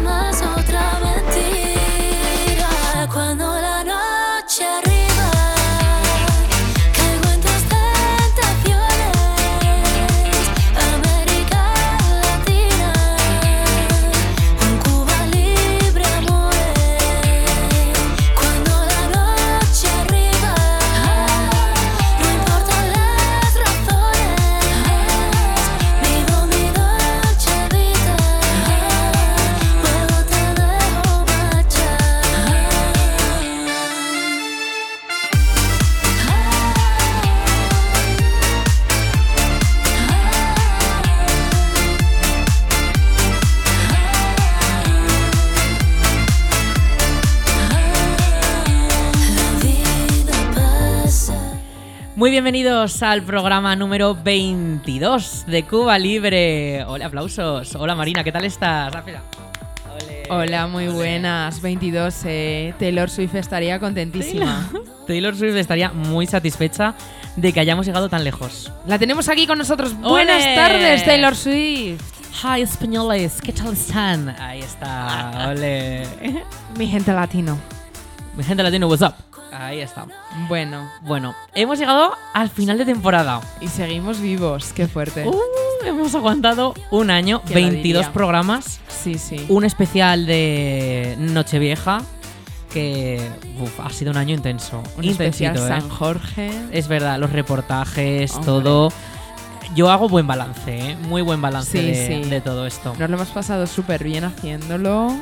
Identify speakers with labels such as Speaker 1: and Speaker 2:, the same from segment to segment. Speaker 1: más otra mentira cuando la noche arriba. Caigo en tus tentaciones, América Latina, un Cuba libre amores. Cuando la noche arriba, no importan las razones, vivo mi noche vida, luego te dejo marchar. La vida pasa.
Speaker 2: Muy bienvenidos al programa número 22 de Cuba Libre. Hola, aplausos. Hola Marina, ¿qué tal estás? Rápida. Eh,
Speaker 3: Hola, muy buenas. 22. eh. Taylor Swift estaría contentísima.
Speaker 2: Taylor Swift estaría muy satisfecha de que hayamos llegado tan lejos.
Speaker 3: La tenemos aquí con nosotros. Buenas
Speaker 2: ¡Ole!
Speaker 3: tardes, Taylor Swift.
Speaker 2: Hi españoles, ¿qué tal están? Ahí está, ole.
Speaker 3: Mi gente latino.
Speaker 2: Mi gente latina, what's up? Ahí está.
Speaker 3: Bueno,
Speaker 2: Bueno, hemos llegado al final de temporada.
Speaker 3: y seguimos vivos. Qué fuerte.
Speaker 2: Uh, hemos aguantado un año,
Speaker 3: ¿Quién lo
Speaker 2: 22
Speaker 3: diría?
Speaker 2: programas.
Speaker 3: sí, sí.
Speaker 2: un especial de Nochevieja que uf, ha sido un año intenso.
Speaker 3: Un
Speaker 2: intensito,
Speaker 3: especial
Speaker 2: ¿eh?
Speaker 3: San Jorge.
Speaker 2: Es verdad, los reportajes,
Speaker 3: Hombre.
Speaker 2: todo. Yo hago buen balance, ¿eh? muy buen balance
Speaker 3: Sí,
Speaker 2: de,
Speaker 3: sí.
Speaker 2: de todo esto.
Speaker 3: Nos lo hemos pasado súper bien haciéndolo.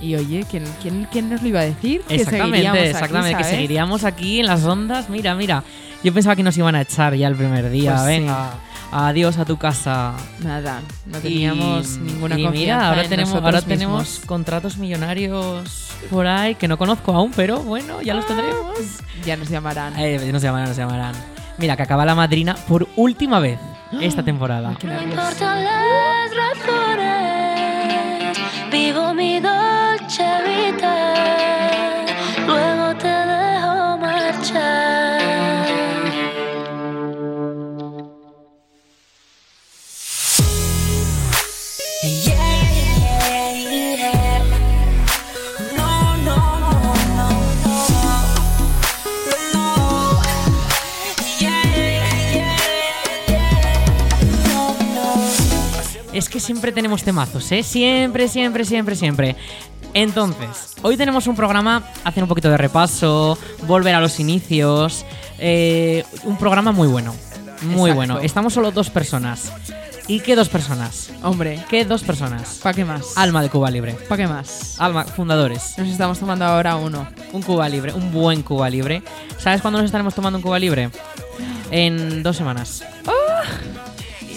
Speaker 3: Y oye, ¿quién, quién, quién nos lo iba a decir? Que seguiríamos aquí,
Speaker 2: exactamente, que
Speaker 3: ¿sabes?
Speaker 2: seguiríamos aquí en las ondas. Mira, mira. Yo pensaba que nos iban a echar ya el primer día.
Speaker 3: Pues sí.
Speaker 2: Venga, adiós a tu casa.
Speaker 3: Nada, no
Speaker 2: Y-
Speaker 3: teníamos ninguna
Speaker 2: y
Speaker 3: confianza.
Speaker 2: mira, ahora
Speaker 3: en
Speaker 2: tenemos,
Speaker 3: nosotros
Speaker 2: ahora tenemos
Speaker 3: mismos.
Speaker 2: contratos millonarios por ahí que no conozco aún, pero bueno, ya los tendremos.
Speaker 3: Ya nos llamarán.
Speaker 2: Eh, no se llamarán, no se llamarán. Mira, que acaba la madrina por última vez esta temporada.
Speaker 3: Ay, qué
Speaker 1: No
Speaker 3: nervios.
Speaker 1: importan las razones, vivo mi dolce vita, luego te dejo marchar.
Speaker 2: Es que siempre tenemos temazos, ¿eh? Siempre, siempre, siempre, siempre. Entonces, hoy tenemos un programa, hacer un poquito de repaso, volver a los inicios. eh, un programa muy bueno, muy
Speaker 3: Exacto.
Speaker 2: bueno. Estamos solo dos personas. ¿Y qué dos personas?
Speaker 3: Hombre,
Speaker 2: ¿Qué dos personas?
Speaker 3: ¿para qué más?
Speaker 2: Alma de Cuba Libre.
Speaker 3: ¿Para qué más?
Speaker 2: Alma, fundadores.
Speaker 3: Nos estamos tomando ahora uno.
Speaker 2: Un Cuba Libre, un buen Cuba Libre. ¿Sabes cuándo nos estaremos tomando un Cuba Libre? En dos semanas.
Speaker 3: Ah.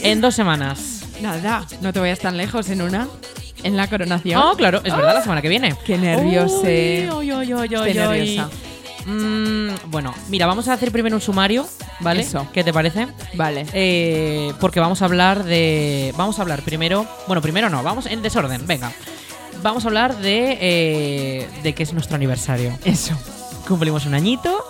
Speaker 2: En dos semanas.
Speaker 3: Nada, no te vayas tan lejos en una. En la coronación.
Speaker 2: Oh, claro, es verdad, la semana que viene.
Speaker 3: Ah. Qué nervios,
Speaker 2: Uy,
Speaker 3: eh.
Speaker 2: uy, uy, uy,
Speaker 3: Estoy
Speaker 2: uy,
Speaker 3: nerviosa.
Speaker 2: uy. Mm, bueno, mira, vamos a hacer primero un sumario, ¿vale?
Speaker 3: Eso.
Speaker 2: ¿Qué te parece?
Speaker 3: Vale.
Speaker 2: Eh, porque vamos a hablar de. Vamos a hablar primero. Bueno, primero no, vamos en desorden, venga. Vamos a hablar de. eh, de que es nuestro aniversario.
Speaker 3: Eso.
Speaker 2: Cumplimos un añito.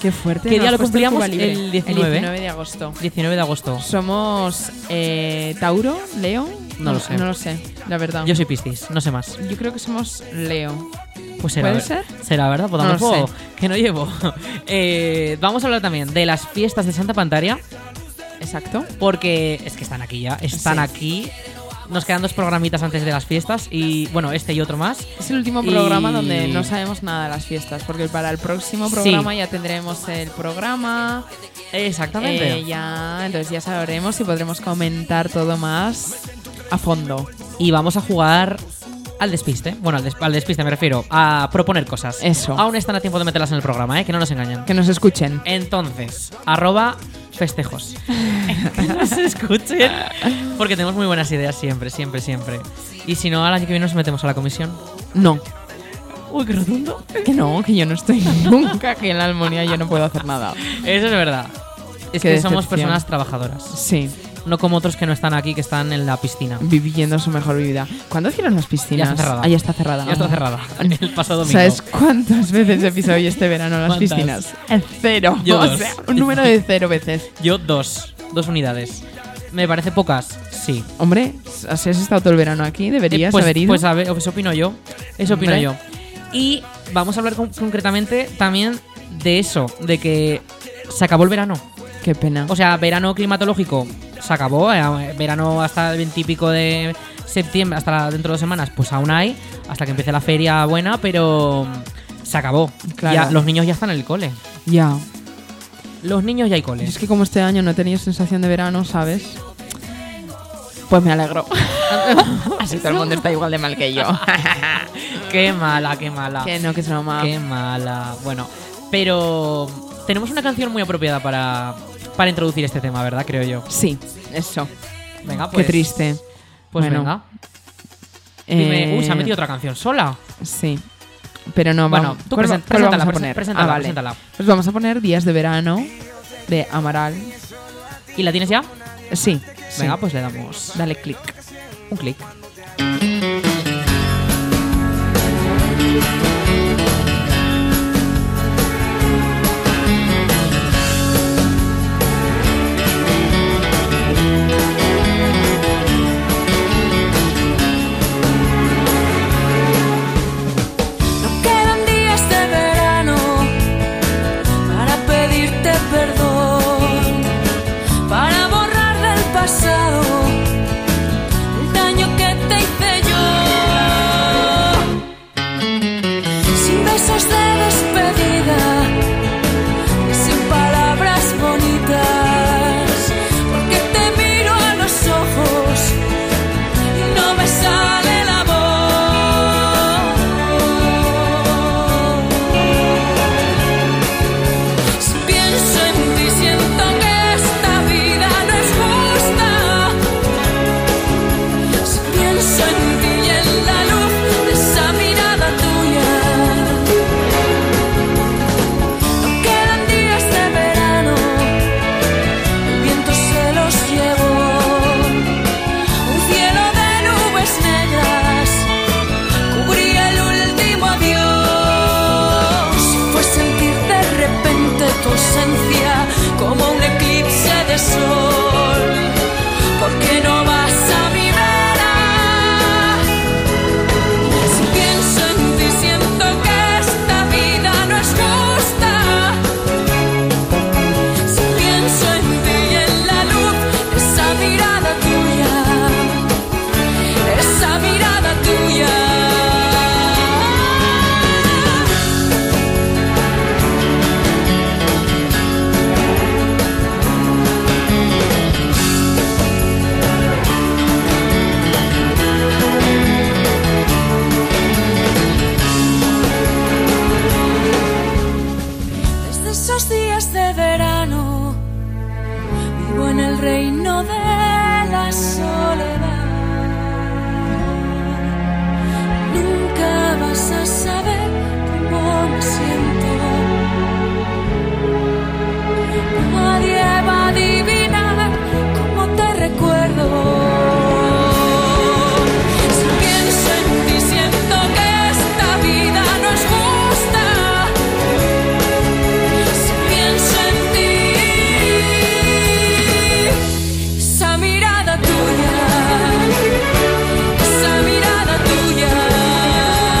Speaker 3: Qué fuerte.
Speaker 2: ¿Qué
Speaker 3: nos
Speaker 2: día
Speaker 3: has
Speaker 2: lo
Speaker 3: puesto
Speaker 2: cumplíamos?
Speaker 3: Cuba Libre.
Speaker 2: El
Speaker 3: El
Speaker 2: 19.
Speaker 3: 19 de agosto.
Speaker 2: 19 de agosto.
Speaker 3: Somos eh, Tauro, Leo.
Speaker 2: No lo sé.
Speaker 3: No lo sé, la verdad.
Speaker 2: Yo soy Piscis, no sé más.
Speaker 3: Yo creo que somos Leo.
Speaker 2: Pues será.
Speaker 3: ¿Puede
Speaker 2: ver- Será, ¿verdad? Pues
Speaker 3: No lo
Speaker 2: tampoco, que no llevo. Eh, vamos a hablar también de las fiestas de Santa Pantaria,
Speaker 3: Exacto.
Speaker 2: porque es que están aquí ya, están
Speaker 3: Sí.
Speaker 2: aquí. Nos quedan dos programitas antes de las fiestas y, bueno, este y otro más.
Speaker 3: Es el último programa
Speaker 2: Y-
Speaker 3: donde no sabemos nada de las fiestas, porque para el próximo
Speaker 2: Sí.
Speaker 3: programa ya tendremos el programa,
Speaker 2: Exactamente.
Speaker 3: eh, ya, entonces ya sabremos y podremos comentar todo más a fondo.
Speaker 2: Y vamos a jugar al despiste. Bueno, al, des- al despiste me refiero, a proponer cosas.
Speaker 3: Eso.
Speaker 2: Aún están a tiempo de meterlas en el programa, ¿eh? Que no nos engañan.
Speaker 3: Que nos escuchen.
Speaker 2: Entonces, arroba festejos. Que nos escuchen. Porque tenemos muy buenas ideas siempre, siempre, siempre. Y si no, al año que viene nos metemos a la comisión.
Speaker 3: No,
Speaker 2: Uy, qué rotundo.
Speaker 3: que no, que yo no estoy nunca que en la armonía yo no puedo hacer nada.
Speaker 2: Eso es verdad. es
Speaker 3: Qué
Speaker 2: que somos
Speaker 3: decepción.
Speaker 2: personas trabajadoras.
Speaker 3: Sí,
Speaker 2: No como otros que no están aquí, que están en la piscina.
Speaker 3: viviendo su mejor vida. ¿Cuándo cierran las piscinas?
Speaker 2: Ya está cerrada.
Speaker 3: Ah, ya está cerrada.
Speaker 2: Ya está cerrada. El pasado domingo.
Speaker 3: ¿Sabes cuántas veces he pisado yo este verano las
Speaker 2: ¿Cuántas?
Speaker 3: piscinas? Cero.
Speaker 2: Yo
Speaker 3: o
Speaker 2: dos.
Speaker 3: sea, un número de cero veces.
Speaker 2: Yo dos. Dos unidades. ¿Me parece pocas? Sí.
Speaker 3: Hombre, así has estado todo el verano aquí,
Speaker 2: Eh,
Speaker 3: deberías
Speaker 2: pues,
Speaker 3: haber ido.
Speaker 2: Pues a ver, eso opino yo. Eso opino
Speaker 3: Hombre.
Speaker 2: yo. Y vamos a hablar con- concretamente también de eso, de que se acabó el verano.
Speaker 3: Qué pena.
Speaker 2: O sea, verano climatológico se acabó. eh, verano hasta el 20 y pico de septiembre, hasta la- dentro de dos semanas, pues aún hay, hasta que empiece la feria buena, pero mm, se acabó.
Speaker 3: Claro.
Speaker 2: Ya, los niños ya están en el cole.
Speaker 3: ya.
Speaker 2: Los niños ya hay
Speaker 3: Yo
Speaker 2: cole.
Speaker 3: Es que como este año no he tenido sensación de verano, ¿sabes? Pues me alegro. Así todo el mundo está igual de mal que yo.
Speaker 2: qué mala, qué mala.
Speaker 3: que no, que es broma.
Speaker 2: Qué mala. Bueno, pero tenemos una canción muy apropiada para, para introducir este tema, ¿verdad? Creo yo.
Speaker 3: Sí, eso.
Speaker 2: Venga, pues.
Speaker 3: Qué triste.
Speaker 2: Pues
Speaker 3: Bueno,
Speaker 2: venga. Dime,
Speaker 3: Eh,
Speaker 2: uy, se ha metido otra canción sola.
Speaker 3: Sí. Pero no,
Speaker 2: Bueno,
Speaker 3: vamos.
Speaker 2: tú
Speaker 3: ¿cuál
Speaker 2: presen-
Speaker 3: va- cuál
Speaker 2: preséntala,
Speaker 3: vamos a
Speaker 2: presen-
Speaker 3: poner?
Speaker 2: preséntala,
Speaker 3: Ah, vale.
Speaker 2: preséntala.
Speaker 3: Pues vamos a poner Días de Verano de Amaral.
Speaker 2: ¿Y la tienes ya?
Speaker 3: Sí. sí.
Speaker 2: Venga, pues le damos
Speaker 3: Dale clic.
Speaker 2: un clic.
Speaker 1: No quedan días de verano para pedirte perdón, para borrar del pasado el daño que te hice yo.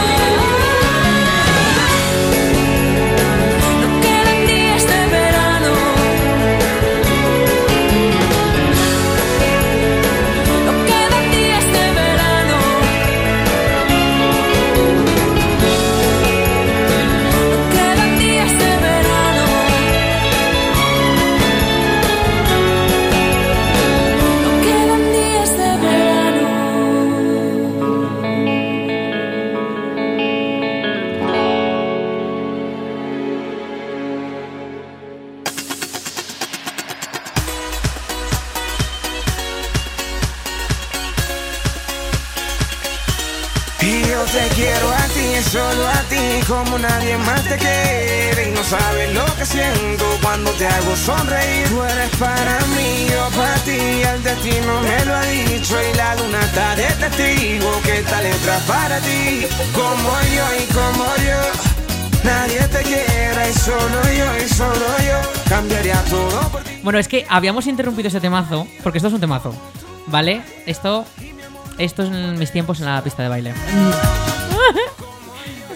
Speaker 1: este este
Speaker 4: yo te quiero a ti, solo a ti, como nadie más te quiere. Y no sabes lo que siento cuando te hago sonreír. Tú eres para mí, yo para ti, el destino me lo ha dicho. Y la luna está de testigo que esta letra es para ti. Como yo y como yo, nadie te quiera. Y solo yo y solo yo, cambiaría todo por ti.
Speaker 2: Bueno, es que habíamos interrumpido ese temazo, porque esto es un temazo, ¿vale? Esto, esto es en mis tiempos en la pista de baile.
Speaker 3: Mm.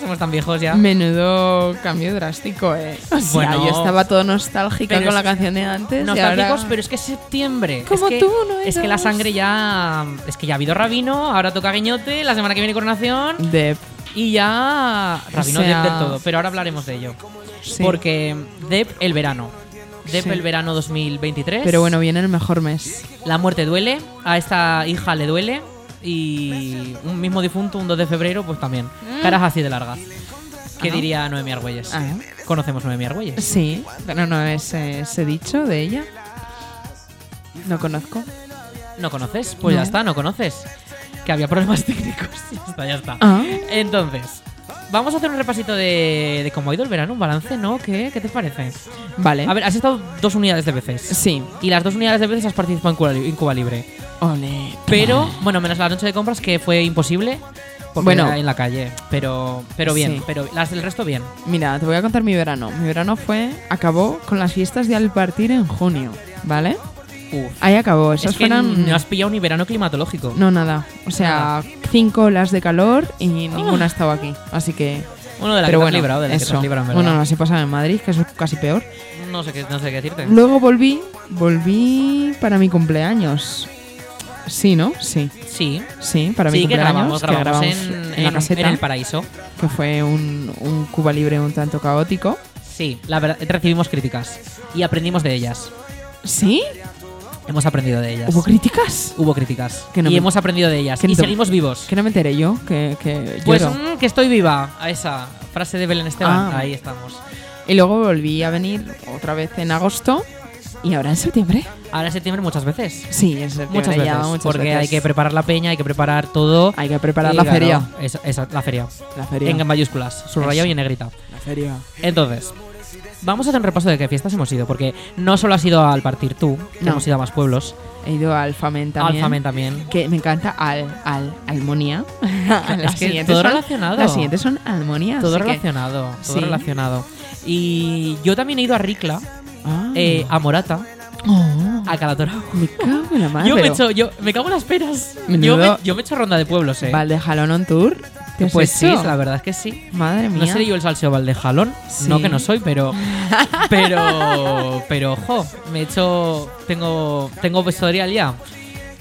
Speaker 2: Somos tan viejos ya.
Speaker 3: Menudo cambio drástico, eh. O sea,
Speaker 2: Bueno.
Speaker 3: yo estaba todo nostálgica
Speaker 2: Pero
Speaker 3: con la
Speaker 2: es-
Speaker 3: canción de antes. y ahora-
Speaker 2: Nostálgicos, pero es que es septiembre.
Speaker 3: Como
Speaker 2: es que,
Speaker 3: tú, no
Speaker 2: Es que la
Speaker 3: eras.
Speaker 2: sangre ya. Es que ya ha habido Rabino, ahora toca Guiñote, la semana que viene Coronación
Speaker 3: Dep,
Speaker 2: y ya. Rabino
Speaker 3: O sea,
Speaker 2: Depp del todo, pero ahora hablaremos de ello.
Speaker 3: sí.
Speaker 2: Porque Depp el verano. Depp
Speaker 3: Sí.
Speaker 2: el verano 2023.
Speaker 3: Pero bueno, viene el mejor mes.
Speaker 2: La muerte duele, a esta hija le duele y un mismo difunto, un 2 de febrero, pues también. Caras así de largas. ¿Qué
Speaker 3: Mm. Ah.
Speaker 2: diría Noemi Argüelles?
Speaker 3: Ah.
Speaker 2: Conocemos Noemi Argüelles.
Speaker 3: Sí, pero no es eh, ese dicho de ella. No conozco.
Speaker 2: ¿No conoces? Pues
Speaker 3: No.
Speaker 2: ya está, no conoces. Que había problemas técnicos. Ya está, ya está.
Speaker 3: Ah.
Speaker 2: Entonces, vamos a hacer un repasito de, de cómo ha ido el verano, un balance, ¿no? ¿Qué, qué te parece?
Speaker 3: Vale.
Speaker 2: A ver, has estado dos unidades de veces.
Speaker 3: Sí.
Speaker 2: Y las dos unidades de veces has participado en Cuba, Li- en Cuba Libre.
Speaker 3: Ole.
Speaker 2: Pero, bueno, menos la noche de compras que fue imposible. Porque
Speaker 3: Bueno.
Speaker 2: era en la calle. Pero, pero bien,
Speaker 3: Sí.
Speaker 2: pero las del resto bien.
Speaker 3: Mira, te voy a contar mi verano. Mi verano fue. Acabó con las fiestas de Alpartir en junio, ¿vale?
Speaker 2: Uf.
Speaker 3: Ahí acabó. Esas
Speaker 2: Es que
Speaker 3: fueron.
Speaker 2: no has pillado ni verano climatológico.
Speaker 3: No, nada. O sea, cinco olas de calor y ninguna ha estado aquí. Así que.
Speaker 2: Uno de la
Speaker 3: pero
Speaker 2: que Ah. te has
Speaker 3: bueno,
Speaker 2: librado, de la que te
Speaker 3: eso.
Speaker 2: has librado, en verdad.
Speaker 3: bueno, no se pasaba en Madrid, que eso es casi peor.
Speaker 2: No sé qué, no sé qué decirte.
Speaker 3: Luego volví. Volví para mi cumpleaños. Sí, ¿no? Sí.
Speaker 2: Sí.
Speaker 3: Sí, para mi
Speaker 2: sí, que
Speaker 3: cumpleaños.
Speaker 2: grabamos, grabamos,
Speaker 3: que
Speaker 2: en,
Speaker 3: grabamos
Speaker 2: en-
Speaker 3: la caseta,
Speaker 2: en el paraíso.
Speaker 3: que fue un, un Cuba Libre un tanto caótico.
Speaker 2: Sí, la verdad, recibimos críticas y aprendimos de ellas.
Speaker 3: ¿Sí?
Speaker 2: Hemos aprendido de ellas.
Speaker 3: ¿Hubo críticas?
Speaker 2: Hubo críticas.
Speaker 3: Que no
Speaker 2: y
Speaker 3: me-
Speaker 2: hemos aprendido de ellas.
Speaker 3: que
Speaker 2: Y
Speaker 3: no-
Speaker 2: seguimos vivos.
Speaker 3: Que no me enteré yo, que, que
Speaker 2: Pues
Speaker 3: lloro.
Speaker 2: mm, que estoy viva. A esa frase de Belén Esteban.
Speaker 3: Ah.
Speaker 2: Ahí estamos.
Speaker 3: Y luego volví a venir otra vez en agosto y ahora en septiembre.
Speaker 2: Ahora en septiembre muchas veces.
Speaker 3: Sí, en septiembre
Speaker 2: Muchas veces.
Speaker 3: ya, muchas
Speaker 2: porque
Speaker 3: veces.
Speaker 2: hay que preparar la peña, hay que preparar todo.
Speaker 3: Hay que preparar
Speaker 2: Y,
Speaker 3: la
Speaker 2: claro,
Speaker 3: feria.
Speaker 2: esa- esa- la feria.
Speaker 3: La feria.
Speaker 2: En mayúsculas, subrayado
Speaker 3: Eso.
Speaker 2: y en negrita.
Speaker 3: La feria.
Speaker 2: Entonces, vamos a hacer un repaso de qué fiestas hemos ido, porque no solo has ido al partir tú, que
Speaker 3: No.
Speaker 2: hemos ido a más pueblos.
Speaker 3: He ido a Alfamen también.
Speaker 2: Alfamen también.
Speaker 3: Que me encanta al, al Almonía. Las
Speaker 2: Es que
Speaker 3: siguientes
Speaker 2: todo
Speaker 3: son-
Speaker 2: relacionado.
Speaker 3: Las siguientes son Almonía.
Speaker 2: Todo
Speaker 3: así que-
Speaker 2: relacionado, todo
Speaker 3: Sí.
Speaker 2: relacionado. Y yo también he ido a Ricla,
Speaker 3: Ah.
Speaker 2: eh, a Morata,
Speaker 3: Oh,
Speaker 2: a Calatorao.
Speaker 3: me cago en la madre.
Speaker 2: Yo me,
Speaker 3: Ah, pero-
Speaker 2: echo, yo me cago en las peras. Yo
Speaker 3: Menudo-
Speaker 2: me, yo me echo ronda de pueblos, eh.
Speaker 3: Valdejalón on tour. ¿Te has
Speaker 2: Pues sí,
Speaker 3: hecho?
Speaker 2: la verdad es que sí.
Speaker 3: Madre
Speaker 2: No
Speaker 3: mía.
Speaker 2: seré yo el salseo Valdejalón,
Speaker 3: Sí.
Speaker 2: no que no soy, pero. Pero. Pero, ojo, me he hecho. Tengo. Tengo historial ya.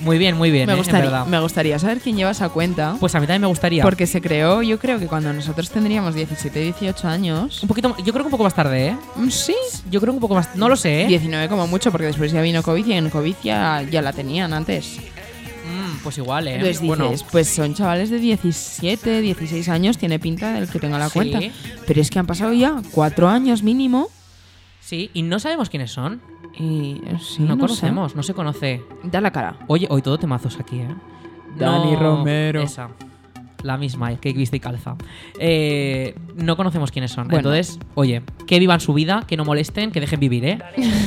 Speaker 2: Muy bien, muy bien,
Speaker 3: me,
Speaker 2: eh, en
Speaker 3: gustaría,
Speaker 2: verdad.
Speaker 3: me gustaría saber quién lleva esa cuenta.
Speaker 2: Pues a mí también me gustaría.
Speaker 3: Porque se creó, yo creo que cuando nosotros tendríamos 17, 18 años.
Speaker 2: Un poquito. Yo creo que un poco más tarde, ¿eh?
Speaker 3: Mm, Sí.
Speaker 2: Yo creo que un poco más. No lo sé, ¿eh?
Speaker 3: 19 como mucho, porque después ya vino COVID y en COVID ya, ya la tenían antes.
Speaker 2: Mm, pues igual, ¿eh?
Speaker 3: Entonces dices,
Speaker 2: bueno,
Speaker 3: pues son chavales de 17, 16 años, tiene pinta del que tenga la
Speaker 2: Sí.
Speaker 3: cuenta. Pero es que han pasado ya cuatro años mínimo
Speaker 2: sí, y no sabemos quiénes son.
Speaker 3: y eh, sí,
Speaker 2: no,
Speaker 3: sé.
Speaker 2: conocemos, no se conoce.
Speaker 3: Da la cara.
Speaker 2: Oye, hoy todo temazos aquí, ¿eh?
Speaker 3: Dani Romero.
Speaker 2: Esa. La misma, que viste y calza. Eh, no conocemos quiénes son.
Speaker 3: Bueno.
Speaker 2: Entonces, oye, que vivan su vida, que no molesten, que dejen vivir, ¿eh?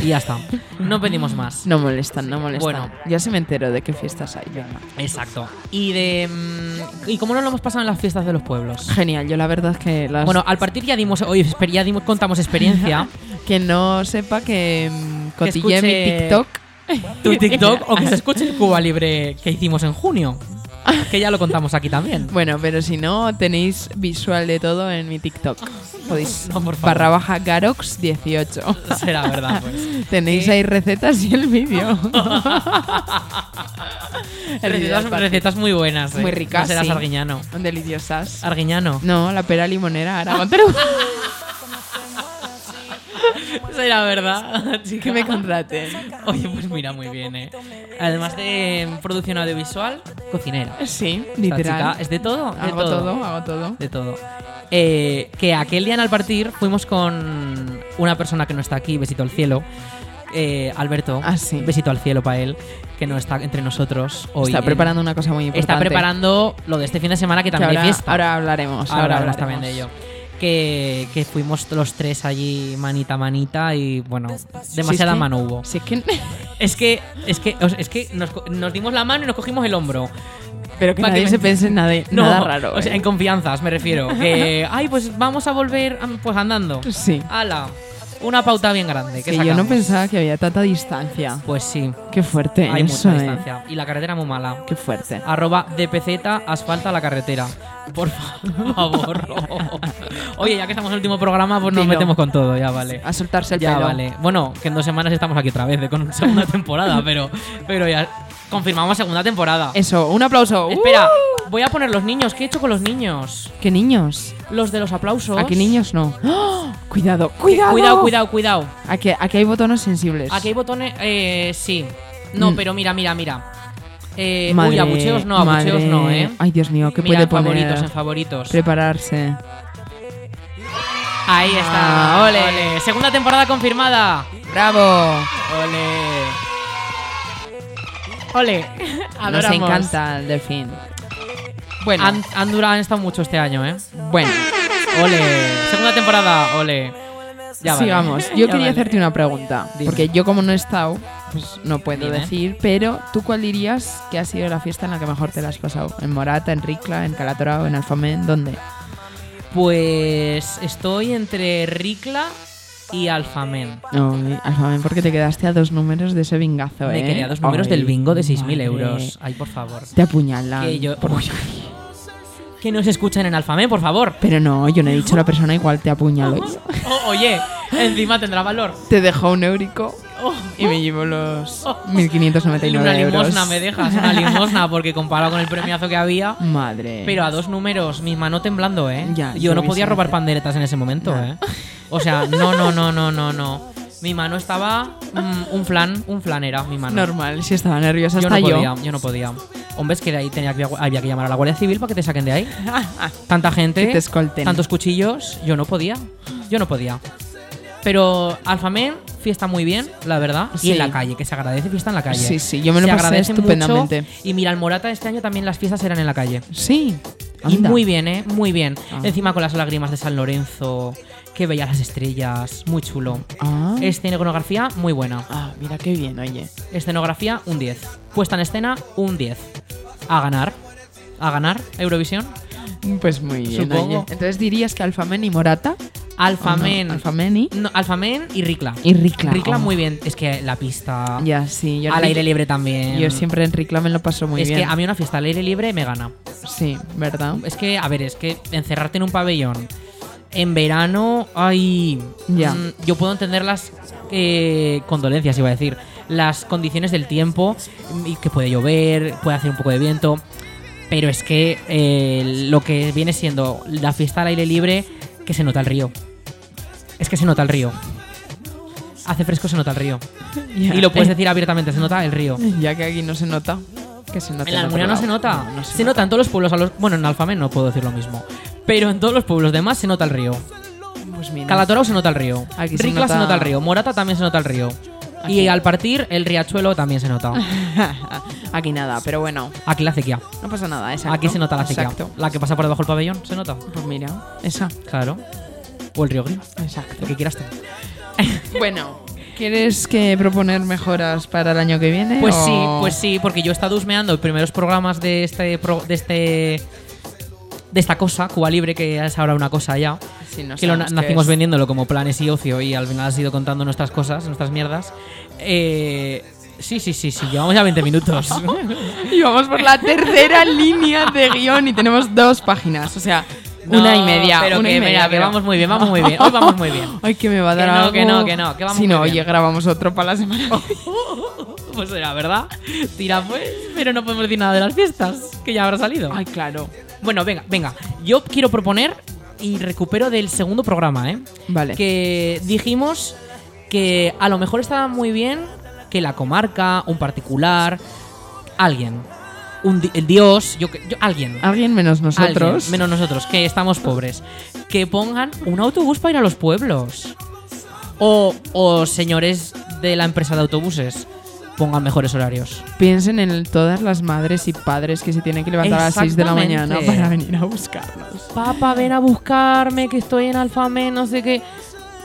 Speaker 2: Y ya está. No pedimos más.
Speaker 3: No molestan, no molestan.
Speaker 2: Bueno.
Speaker 3: ya se me entero de qué fiestas hay. venga.
Speaker 2: Exacto. Y de. mm, ¿Y cómo nos lo hemos pasado en las fiestas de los pueblos?
Speaker 3: Genial, yo la verdad es que las
Speaker 2: Bueno, al partir ya dimos. Hoy esper- ya dimos, contamos experiencia.
Speaker 3: que no sepa que mm, cotillé
Speaker 2: escuche-
Speaker 3: mi TikTok.
Speaker 2: tu TikTok o que se escuche el Cuba Libre que hicimos en junio. Que ya lo contamos aquí también.
Speaker 3: Bueno, pero si no, tenéis visual de todo en mi TikTok. Podéis
Speaker 2: No, por favor.
Speaker 3: barra baja Garox18.
Speaker 2: Será verdad, pues.
Speaker 3: Tenéis ahí recetas y el vídeo. El vídeo
Speaker 2: Recetas,
Speaker 3: del party.
Speaker 2: recetas muy buenas. eh.
Speaker 3: Muy ricas,
Speaker 2: No serás
Speaker 3: sí.
Speaker 2: arguiñano.
Speaker 3: Deliciosas.
Speaker 2: Arguiñano.
Speaker 3: No, la pera limonera, Aragón. Pero
Speaker 2: Será verdad.
Speaker 3: que me contraten.
Speaker 2: Oye, pues mira, muy bien, ¿eh? Además de producción audiovisual, cocinera. Esta
Speaker 3: Sí, literal.
Speaker 2: chica es de todo, de
Speaker 3: hago todo. hago todo.
Speaker 2: De todo. Eh, que aquel día en al partir fuimos con una persona que no está aquí, besito al cielo, eh, Alberto.
Speaker 3: Ah, sí.
Speaker 2: Un besito al cielo para él, que no está entre nosotros hoy.
Speaker 3: Está
Speaker 2: en-
Speaker 3: preparando una cosa muy importante.
Speaker 2: Está preparando lo de este fin de semana que
Speaker 3: que
Speaker 2: también
Speaker 3: ahora,
Speaker 2: hay fiesta.
Speaker 3: ahora hablaremos.
Speaker 2: Ahora hablaremos
Speaker 3: hablaremos.
Speaker 2: también de ello. Que, que fuimos los tres allí manita a manita y bueno,
Speaker 3: Si es
Speaker 2: demasiada
Speaker 3: que-
Speaker 2: mano hubo.
Speaker 3: si es que-
Speaker 2: Es que, es que, os- es que nos, co- nos dimos la mano y nos cogimos el hombro.
Speaker 3: pero que
Speaker 2: Pa' que
Speaker 3: nadie
Speaker 2: me-
Speaker 3: se piense en nada,
Speaker 2: No,
Speaker 3: nada raro.
Speaker 2: O sea,
Speaker 3: ¿eh?
Speaker 2: en confianzas me refiero. Que, ay, pues vamos a volver am, pues andando.
Speaker 3: sí.
Speaker 2: Ala, una pauta bien grande. Que
Speaker 3: Que yo no
Speaker 2: sacamos.
Speaker 3: pensaba que había tanta distancia.
Speaker 2: Pues sí,
Speaker 3: Qué fuerte
Speaker 2: hay
Speaker 3: eso,
Speaker 2: mucha
Speaker 3: eh.
Speaker 2: distancia. Y la carretera muy mala.
Speaker 3: Qué fuerte.
Speaker 2: Arroba DPZ asfalta la carretera. Por favor. Oye, ya que estamos en el último programa, pues nos
Speaker 3: Dilo.
Speaker 2: metemos con todo, ya vale.
Speaker 3: A soltarse el
Speaker 2: Ya
Speaker 3: pelo.
Speaker 2: vale. Bueno, que en dos semanas estamos aquí otra vez de- con segunda temporada, pero, pero ya confirmamos segunda temporada.
Speaker 3: Eso, un aplauso.
Speaker 2: Espera, voy a poner los niños. ¿Qué he hecho con los niños?
Speaker 3: ¡Uh! ¿Qué niños?
Speaker 2: Los de los aplausos.
Speaker 3: Aquí niños no. ¡Oh! Cuidado, cuidado.
Speaker 2: Cuidado, cuidado, cuidado.
Speaker 3: Aquí, aquí hay botones sensibles.
Speaker 2: Aquí hay botones. Eh, sí. No,
Speaker 3: Mm.
Speaker 2: pero mira, mira, mira. Eh, uy,
Speaker 3: Madre-
Speaker 2: abucheos no, abucheos
Speaker 3: madre-
Speaker 2: no, eh.
Speaker 3: Ay, Dios mío, ¿qué
Speaker 2: mira,
Speaker 3: puede
Speaker 2: en
Speaker 3: poner?
Speaker 2: favoritos, en favoritos.
Speaker 3: Prepararse.
Speaker 2: Ahí está.
Speaker 3: Ah, ole.
Speaker 2: ole. Segunda temporada confirmada.
Speaker 3: ¡Bravo!
Speaker 2: Ole. Ole.
Speaker 3: Nos
Speaker 2: Adoramos.
Speaker 3: encanta el delfín. Bueno,
Speaker 2: Han, han durado, han estado mucho este año, ¿eh?
Speaker 3: bueno
Speaker 2: Ole. Segunda temporada, ole. Ya vale.
Speaker 3: sigamos. Yo
Speaker 2: Ya
Speaker 3: quería
Speaker 2: vale.
Speaker 3: hacerte una pregunta.
Speaker 2: Dime.
Speaker 3: Porque yo, como no he estado, pues no puedo
Speaker 2: Dime.
Speaker 3: decir. Pero, ¿tú cuál dirías que ha sido la fiesta en la que mejor te la has pasado? ¿En Morata, en Ricla, en Calatrava, en Alfamén? ¿Dónde?
Speaker 2: Pues estoy entre Ricla y Alfamen.
Speaker 3: Ay, Alfamén, porque te quedaste a dos números de ese bingazo,
Speaker 2: Me
Speaker 3: ¿eh?
Speaker 2: quedé a dos números
Speaker 3: Ay,
Speaker 2: del bingo de 6.000
Speaker 3: madre.
Speaker 2: euros. Ay, por favor.
Speaker 3: Te apuñalan.
Speaker 2: Que yo-
Speaker 3: Por-
Speaker 2: Que nos escuchen en Alfamen, por favor.
Speaker 3: Pero no, yo no he dicho la persona, igual te apuñalo.
Speaker 2: O- Oh, oye, encima tendrá valor.
Speaker 3: Te dejó un eurico
Speaker 2: Oh.
Speaker 3: y me llevo los
Speaker 2: Una
Speaker 3: 1.599 euros.
Speaker 2: limosna me dejas, una limosna, porque comparado con el premiazo que había.
Speaker 3: Madre.
Speaker 2: Pero a dos números, mis manos temblando, ¿eh?
Speaker 3: Ya,
Speaker 2: Yo
Speaker 3: yo
Speaker 2: no
Speaker 3: vi
Speaker 2: podía
Speaker 3: esa
Speaker 2: robar
Speaker 3: noticia.
Speaker 2: panderetas en ese momento,
Speaker 3: No.
Speaker 2: ¿eh? O sea, no, no, no, no, no, no. Mi mano estaba mm, un flan, un flan era mi mano.
Speaker 3: Normal, si estaba nerviosa
Speaker 2: yo
Speaker 3: hasta
Speaker 2: no
Speaker 3: ah, yo.
Speaker 2: podía, yo no podía. Hombre, es que de ahí tenía que, había que llamar a la Guardia Civil para que te saquen de ahí. Tanta gente,
Speaker 3: Que te escolten.
Speaker 2: tantos cuchillos, yo no podía. Yo no podía. Pero Alfamen, fiesta muy bien, la verdad. Y
Speaker 3: Sí.
Speaker 2: en la calle, que se agradece fiesta en la calle.
Speaker 3: Sí, sí, yo me lo
Speaker 2: Se
Speaker 3: pasé
Speaker 2: agradece mucho.
Speaker 3: estupendamente.
Speaker 2: Y mira, el Morata este año también las fiestas eran en la calle.
Speaker 3: Sí.
Speaker 2: Y
Speaker 3: anda.
Speaker 2: muy bien, ¿eh? Muy bien.
Speaker 3: Ah.
Speaker 2: Encima con las lágrimas de San Lorenzo, que veía las estrellas, muy chulo.
Speaker 3: Ah.
Speaker 2: Escenografía, muy buena.
Speaker 3: Ah, mira qué bien, oye.
Speaker 2: Escenografía, un 10. Puesta en escena, un 10. A ganar. A ganar Eurovisión.
Speaker 3: Pues muy bien,
Speaker 2: Supongo.
Speaker 3: oye. Entonces dirías que Alfamen y Morata.
Speaker 2: Alfamen.
Speaker 3: ¿O no? Alfamen y-
Speaker 2: No, Alfamen y Ricla.
Speaker 3: Y Ricla. oh.
Speaker 2: muy bien. Es que la pista.
Speaker 3: Ya, sí. Yo
Speaker 2: al aire libre también.
Speaker 3: Yo siempre en Ricla me lo paso muy
Speaker 2: es
Speaker 3: bien.
Speaker 2: que a mí una fiesta al aire libre me gana.
Speaker 3: Sí, ¿verdad?
Speaker 2: Es que, a ver, es que encerrarte en un pabellón en verano, ay.
Speaker 3: Ya.
Speaker 2: mm, yo puedo entender las eh, condolencias, iba a decir. Las condiciones del tiempo, mm, y que puede llover, puede hacer un poco de viento. Pero es que eh, lo que viene siendo la fiesta al aire libre, que se nota el río. Es que se nota el río. Hace fresco, se nota el río.
Speaker 3: Ya. Eh.
Speaker 2: Y lo puedes decir abiertamente, se nota el río.
Speaker 3: Ya que aquí no se nota. Que se nota
Speaker 2: En la
Speaker 3: en otro
Speaker 2: Almunia no
Speaker 3: lado.
Speaker 2: se nota.
Speaker 3: No, no
Speaker 2: se nota en todos los pueblos. a los- bueno, en Alfamén no puedo decir lo mismo. Pero en todos los pueblos demás se nota el río.
Speaker 3: Pues mira.
Speaker 2: Calatorao se nota el río.
Speaker 3: Aquí se
Speaker 2: Ricla se nota...
Speaker 3: nota
Speaker 2: el río. Morata también se nota el río.
Speaker 3: Aquí.
Speaker 2: Y al partir, el riachuelo también se nota.
Speaker 3: aquí nada, pero bueno,
Speaker 2: Aquí la sequía.
Speaker 3: no pasa nada. Exacto.
Speaker 2: Aquí se nota la sequía.
Speaker 3: Exacto.
Speaker 2: La que pasa por debajo del pabellón se nota.
Speaker 3: Pues mira, esa.
Speaker 2: Claro. O el río Gris.
Speaker 3: Exacto.
Speaker 2: Lo que quieras tú.
Speaker 3: Bueno, ¿quieres que proponer mejoras para el año que viene?
Speaker 2: Pues
Speaker 3: o-
Speaker 2: sí, pues sí, porque yo he estado husmeando los primeros programas de este. pro- de este de esta cosa, Cuba Libre, que es ahora una cosa ya.
Speaker 3: Sí, no
Speaker 2: que lo na-
Speaker 3: sabemos qué
Speaker 2: nacimos
Speaker 3: es.
Speaker 2: vendiéndolo como planes y ocio y al final has ido contando nuestras cosas, nuestras mierdas. Eh, sí, sí, sí, sí, llevamos ya 20 minutos.
Speaker 3: Y vamos por la tercera línea de guión y tenemos dos páginas, o sea,
Speaker 2: No,
Speaker 3: una y media.
Speaker 2: pero
Speaker 3: una
Speaker 2: que
Speaker 3: y media,
Speaker 2: mira, que vamos muy bien, vamos muy bien, hoy vamos muy bien.
Speaker 3: Ay, que me va a
Speaker 2: Que
Speaker 3: dar
Speaker 2: no,
Speaker 3: algo.
Speaker 2: que no, que no, que vamos
Speaker 3: Si no,
Speaker 2: muy
Speaker 3: oye,
Speaker 2: bien.
Speaker 3: grabamos otro para la semana.
Speaker 2: pues será, ¿verdad? Tira pues, pero no podemos decir nada de las fiestas, que ya habrá salido.
Speaker 3: Ay, claro.
Speaker 2: Bueno, venga, venga. Yo quiero proponer y recupero del segundo programa, ¿eh?
Speaker 3: Vale.
Speaker 2: Que dijimos que a lo mejor estaba muy bien que la comarca, un particular, alguien, un di- el dios, yo, que- yo- alguien.
Speaker 3: Alguien menos
Speaker 2: alguien,
Speaker 3: nosotros.
Speaker 2: menos nosotros, que estamos pobres. Que pongan un autobús para ir a los pueblos. O, o señores de la empresa de autobuses pongan mejores horarios.
Speaker 3: Piensen en todas las madres y padres que se tienen que levantar a las 6 de la mañana
Speaker 2: Exactamente.
Speaker 3: para venir a buscarnos.
Speaker 2: Papá, ven a buscarme, que estoy en Alfamé, no sé qué.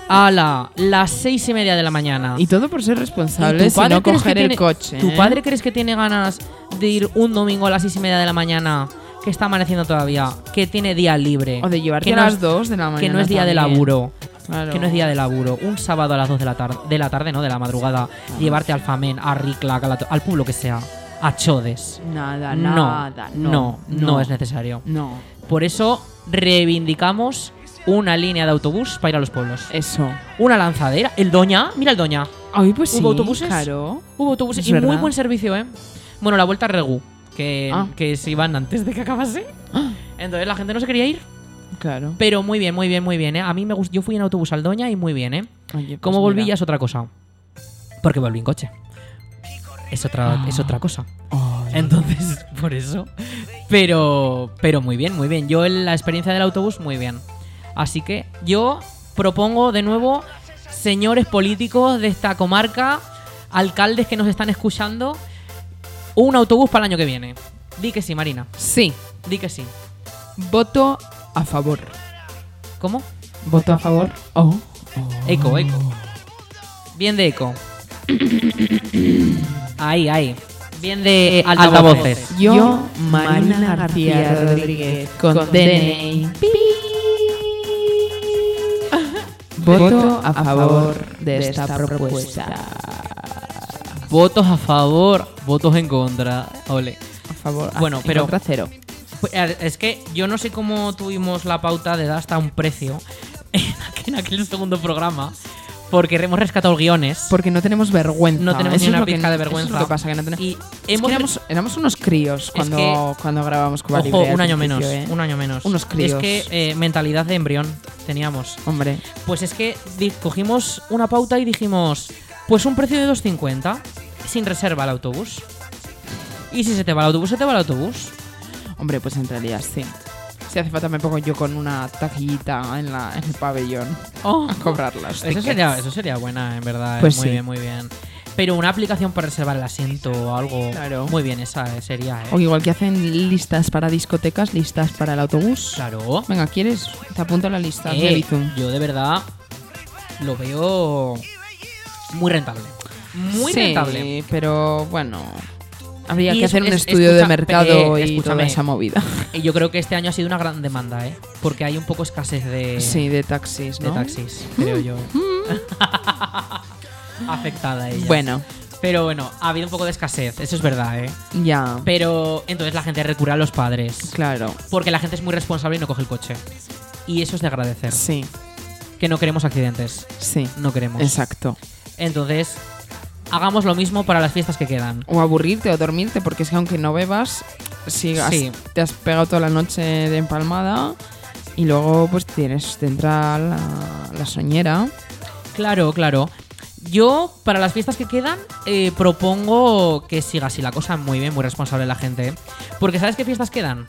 Speaker 2: Ala, las seis y media de la mañana.
Speaker 3: Y todo por ser
Speaker 2: ¿Y
Speaker 3: responsables
Speaker 2: tu
Speaker 3: y
Speaker 2: padre
Speaker 3: no
Speaker 2: crees que
Speaker 3: coger
Speaker 2: tiene-
Speaker 3: el coche.
Speaker 2: ¿Tu
Speaker 3: ¿eh?
Speaker 2: padre crees que tiene ganas de ir un domingo a las seis y media de la mañana, que está amaneciendo todavía, que tiene día libre?
Speaker 3: O de llevarte
Speaker 2: que
Speaker 3: a
Speaker 2: no
Speaker 3: las
Speaker 2: es-
Speaker 3: 2 de la mañana.
Speaker 2: Que no es día de
Speaker 3: también.
Speaker 2: laburo.
Speaker 3: Claro.
Speaker 2: Que no es día de laburo. Un sábado a las 2 de la tarde, de la tarde, no, de la madrugada.
Speaker 3: Ah,
Speaker 2: Llevarte al Famen, a Ricla, a la to- al pueblo que sea. A Chodes.
Speaker 3: Nada,
Speaker 2: No,
Speaker 3: nada.
Speaker 2: no, no, es necesario.
Speaker 3: No.
Speaker 2: Por eso reivindicamos una línea de autobús para ir a los pueblos.
Speaker 3: Eso.
Speaker 2: Una lanzadera. El Doña, mira el Doña.
Speaker 3: Ay, pues
Speaker 2: ¿Hubo
Speaker 3: sí,
Speaker 2: autobuses?
Speaker 3: claro.
Speaker 2: Hubo autobuses
Speaker 3: Es
Speaker 2: y muy
Speaker 3: verdad.
Speaker 2: buen servicio, ¿eh? Bueno, la vuelta a Regu, que,
Speaker 3: Ah.
Speaker 2: que se iban antes de que acabase. Entonces la gente no se quería ir.
Speaker 3: Claro.
Speaker 2: Pero muy bien, muy bien, muy bien, ¿eh? A mí me gustó. Yo fui en autobús al Doña y muy bien, ¿eh?
Speaker 3: Oye, pues
Speaker 2: Cómo volví
Speaker 3: mira.
Speaker 2: ya es otra cosa. Porque volví en coche. Es otra,
Speaker 3: Ah.
Speaker 2: es otra cosa.
Speaker 3: Ay.
Speaker 2: Entonces, por eso. Pero, pero muy bien, muy bien. Yo en la experiencia del autobús, muy bien. Así que yo propongo de nuevo, señores políticos de esta comarca, alcaldes que nos están escuchando, un autobús para el año que viene. Di que sí, Marina.
Speaker 3: Sí.
Speaker 2: Di que sí.
Speaker 3: Voto a favor.
Speaker 2: ¿Cómo?
Speaker 3: Voto a favor. Oh.
Speaker 2: Eco, eco. Bien de eco. ahí, ahí. Bien de altavoces.
Speaker 3: Yo, Marina García Rodríguez, con DNI. Voto a favor de esta propuesta.
Speaker 2: Votos a favor, votos en contra. Ole.
Speaker 3: A favor.
Speaker 2: Bueno,
Speaker 3: en
Speaker 2: pero-
Speaker 3: contra cero.
Speaker 2: Pues, a ver, Es que yo no sé cómo tuvimos la pauta de dar hasta un precio en aqu- en aquel segundo programa, porque hemos rescatado guiones.
Speaker 3: Porque no tenemos vergüenza.
Speaker 2: No tenemos
Speaker 3: Eso
Speaker 2: ni una
Speaker 3: es lo que-
Speaker 2: pizca de
Speaker 3: eso es lo
Speaker 2: vergüenza.
Speaker 3: que pasa, que no tenemos-
Speaker 2: y
Speaker 3: Es
Speaker 2: hemos
Speaker 3: que éramos, éramos unos críos cuando,
Speaker 2: que-
Speaker 3: cuando grabamos Cuba
Speaker 2: Ojo,
Speaker 3: Libre al
Speaker 2: un año menos,
Speaker 3: principio, ¿eh?
Speaker 2: un año menos.
Speaker 3: Unos críos.
Speaker 2: Es que eh, mentalidad de embrión teníamos.
Speaker 3: Hombre,
Speaker 2: Pues es que di- cogimos una pauta y dijimos, pues un precio de 2.50 sin reserva al autobús. Y si se te va el autobús, se te va el autobús.
Speaker 3: hombre, pues en realidad sí. Si hace falta me pongo yo con una taquillita en, la, en el pabellón a cobrarlas.
Speaker 2: Eso sería, eso sería buena, en verdad. eh.
Speaker 3: Pues
Speaker 2: muy
Speaker 3: sí.
Speaker 2: bien, muy bien. Pero una aplicación para reservar el asiento o algo.
Speaker 3: Claro.
Speaker 2: Muy bien, esa eh, sería, eh.
Speaker 3: O igual que hacen listas para discotecas, listas para el autobús.
Speaker 2: Claro.
Speaker 3: Venga, ¿quieres? Te apunto la lista
Speaker 2: Eh,
Speaker 3: de Bizum.
Speaker 2: yo de verdad lo veo muy rentable. Muy
Speaker 3: Sí,
Speaker 2: rentable.
Speaker 3: pero bueno. Habría
Speaker 2: Y
Speaker 3: que
Speaker 2: es-
Speaker 3: hacer un
Speaker 2: es-
Speaker 3: estudio
Speaker 2: escucha-
Speaker 3: de mercado
Speaker 2: eh,
Speaker 3: y toda
Speaker 2: escúchame.
Speaker 3: esa movida.
Speaker 2: Y yo creo que este año ha sido una gran demanda, ¿eh? Porque hay un poco escasez de,
Speaker 3: Sí, de taxis,
Speaker 2: Eh, de
Speaker 3: ¿no? Mm.
Speaker 2: taxis, creo yo. Afectada ella.
Speaker 3: Bueno,
Speaker 2: Pero bueno, ha habido un poco de escasez, eso es verdad, ¿eh?
Speaker 3: ya.
Speaker 2: Pero entonces la gente recurre a los padres.
Speaker 3: Claro.
Speaker 2: Porque la gente es muy responsable y no coge el coche. Y eso es de agradecer.
Speaker 3: Sí,
Speaker 2: Que no queremos accidentes.
Speaker 3: sí.
Speaker 2: No queremos.
Speaker 3: Exacto.
Speaker 2: Entonces, hagamos lo mismo para las fiestas que quedan.
Speaker 3: O aburrirte o dormirte, porque es que aunque no bebas, si has-
Speaker 2: Sí.
Speaker 3: te has pegado toda la noche de empalmada y luego pues tienes, te entra la, la soñera.
Speaker 2: Claro, claro. Yo, para las fiestas que quedan, eh, propongo que siga así la cosa. Muy bien, muy responsable la gente. Porque ¿sabes qué fiestas quedan?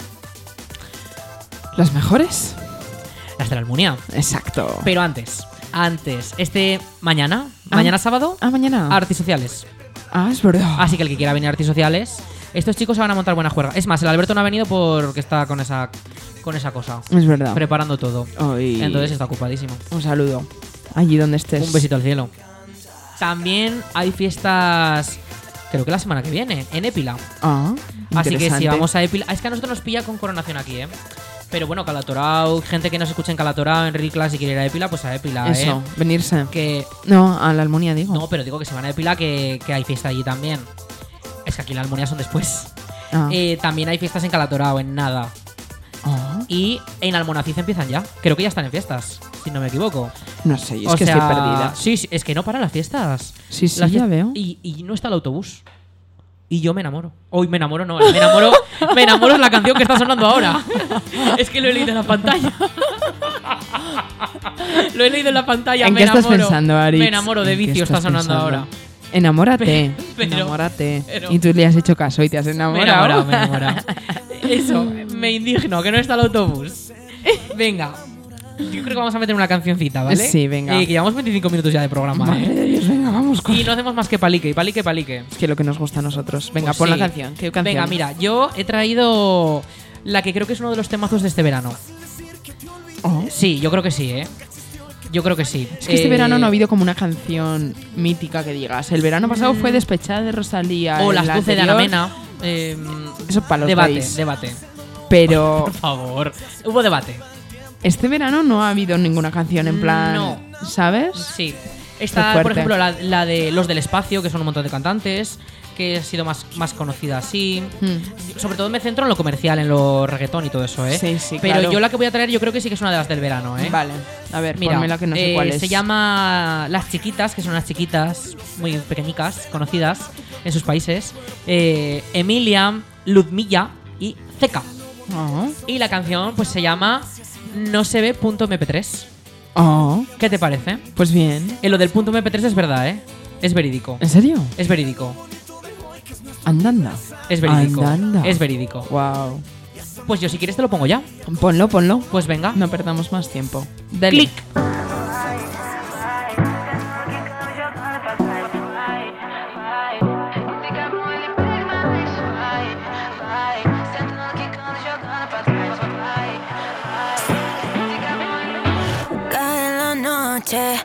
Speaker 3: ¿Las mejores?
Speaker 2: Las de la Almunia.
Speaker 3: Exacto.
Speaker 2: Pero antes, antes, este mañana,
Speaker 3: Ah.
Speaker 2: mañana sábado,
Speaker 3: ah, mañana.
Speaker 2: artes sociales.
Speaker 3: ah, es verdad.
Speaker 2: Así que el que quiera venir a artes sociales, estos chicos se van a montar buena juerga. Es más, el Alberto no ha venido porque está con esa, con esa cosa,
Speaker 3: es verdad.
Speaker 2: preparando todo.
Speaker 3: Ay.
Speaker 2: Entonces está ocupadísimo.
Speaker 3: Un saludo. Allí donde estés.
Speaker 2: Un besito al cielo. También hay fiestas, creo que la semana que viene, en Épila.
Speaker 3: Ah,
Speaker 2: Así que si
Speaker 3: interesante.
Speaker 2: vamos a Épila. Es que a nosotros nos pilla con coronación aquí, ¿eh? Pero bueno, Calatorao, gente que nos escucha en Calatorao, en Ricla, si quiere ir a Épila, pues a Épila,
Speaker 3: Eso,
Speaker 2: ¿eh?
Speaker 3: venirse.
Speaker 2: Que
Speaker 3: No, a la Almunia digo.
Speaker 2: No, pero digo que se van a Epila que, que hay fiesta allí también. Es que aquí las Almunia son después.
Speaker 3: Ah.
Speaker 2: Eh, también hay fiestas en Calatorao, en Nada.
Speaker 3: Ah,
Speaker 2: Y en Almonacid empiezan ya. Creo que ya están en fiestas, si no me equivoco.
Speaker 3: no sé, yo es
Speaker 2: O
Speaker 3: que
Speaker 2: sea,
Speaker 3: estoy perdida.
Speaker 2: Sí, sí, es que no paran las fiestas.
Speaker 3: Sí, sí,
Speaker 2: Las
Speaker 3: ya
Speaker 2: fies-
Speaker 3: veo.
Speaker 2: Y, y no está el autobús. Y yo me enamoro. Hoy me enamoro, no. Me enamoro, me enamoro es la canción que está sonando ahora. Es que lo he leído en la pantalla. Lo he leído en la pantalla.
Speaker 3: ¿En
Speaker 2: me
Speaker 3: qué estás
Speaker 2: enamoro.
Speaker 3: pensando, Ari?
Speaker 2: Me enamoro de vicio, está sonando ahora.
Speaker 3: Enamórate,
Speaker 2: Pero-
Speaker 3: enamórate.
Speaker 2: pero-
Speaker 3: y tú le has hecho caso y te has
Speaker 2: Me he
Speaker 3: enamorado.
Speaker 2: enamorado, me he enamorado. Eso, me indigno, que no está el autobús. Venga. Yo creo que vamos a meter una cancioncita, ¿vale?
Speaker 3: Sí, venga.
Speaker 2: Eh, que llevamos 25 minutos ya de programa. ¿eh?
Speaker 3: Madre de Dios, venga, vamos,
Speaker 2: Y
Speaker 3: hacemos cosas.
Speaker 2: no hacemos más que palique, y palique, palique.
Speaker 3: Que es lo que nos gusta a nosotros. Venga,
Speaker 2: Pues
Speaker 3: pon
Speaker 2: sí.
Speaker 3: la canción. ¿Qué canción?
Speaker 2: Venga, mira, yo he traído la que creo que es uno de los temazos de este verano.
Speaker 3: Oh.
Speaker 2: Sí, yo creo que sí, ¿eh? Yo creo que sí.
Speaker 3: Es que este
Speaker 2: Eh,
Speaker 3: verano no ha habido como una canción mítica que digas. El verano pasado fue Despechada de Rosalía.
Speaker 2: Mm. O
Speaker 3: el
Speaker 2: las luces de
Speaker 3: anterior-
Speaker 2: Ana Mena. eh,
Speaker 3: Eso para los
Speaker 2: debate,
Speaker 3: gays.
Speaker 2: debate.
Speaker 3: Pero
Speaker 2: Por favor. Hubo debate.
Speaker 3: este verano no ha habido ninguna canción en plan.
Speaker 2: No.
Speaker 3: ¿Sabes?
Speaker 2: Sí.
Speaker 3: Qué
Speaker 2: Está,
Speaker 3: fuerte.
Speaker 2: por ejemplo, la, la de Los del Espacio, que son un montón de cantantes, que ha sido más, más conocida así.
Speaker 3: Hmm.
Speaker 2: Sobre todo me centro en lo comercial, en lo reggaetón y todo eso, ¿eh?
Speaker 3: Sí, sí,
Speaker 2: Pero
Speaker 3: claro.
Speaker 2: yo la que voy a traer, yo creo que sí que es una de las del verano, ¿eh?
Speaker 3: Vale. A ver,
Speaker 2: Mira,
Speaker 3: ponmela que no sé
Speaker 2: eh,
Speaker 3: cuál es.
Speaker 2: se llama Las Chiquitas, que son unas chiquitas muy pequeñicas, conocidas en sus países. Eh, Emilia, Ludmilla y Zeca.
Speaker 3: Oh.
Speaker 2: Y la canción pues se llama No se ve punto mp3.
Speaker 3: Oh.
Speaker 2: ¿Qué te parece?
Speaker 3: Pues bien.
Speaker 2: Eh, lo del punto mp3 es verdad, ¿eh? Es verídico.
Speaker 3: ¿En serio?
Speaker 2: Es verídico.
Speaker 3: Andanda.
Speaker 2: Es verídico.
Speaker 3: Andanda.
Speaker 2: Es verídico.
Speaker 3: Wow.
Speaker 2: Pues yo si quieres te lo pongo ya.
Speaker 3: Ponlo, ponlo.
Speaker 2: Pues venga.
Speaker 3: No perdamos más tiempo. Dale.
Speaker 2: Clic.
Speaker 1: Cae la noche,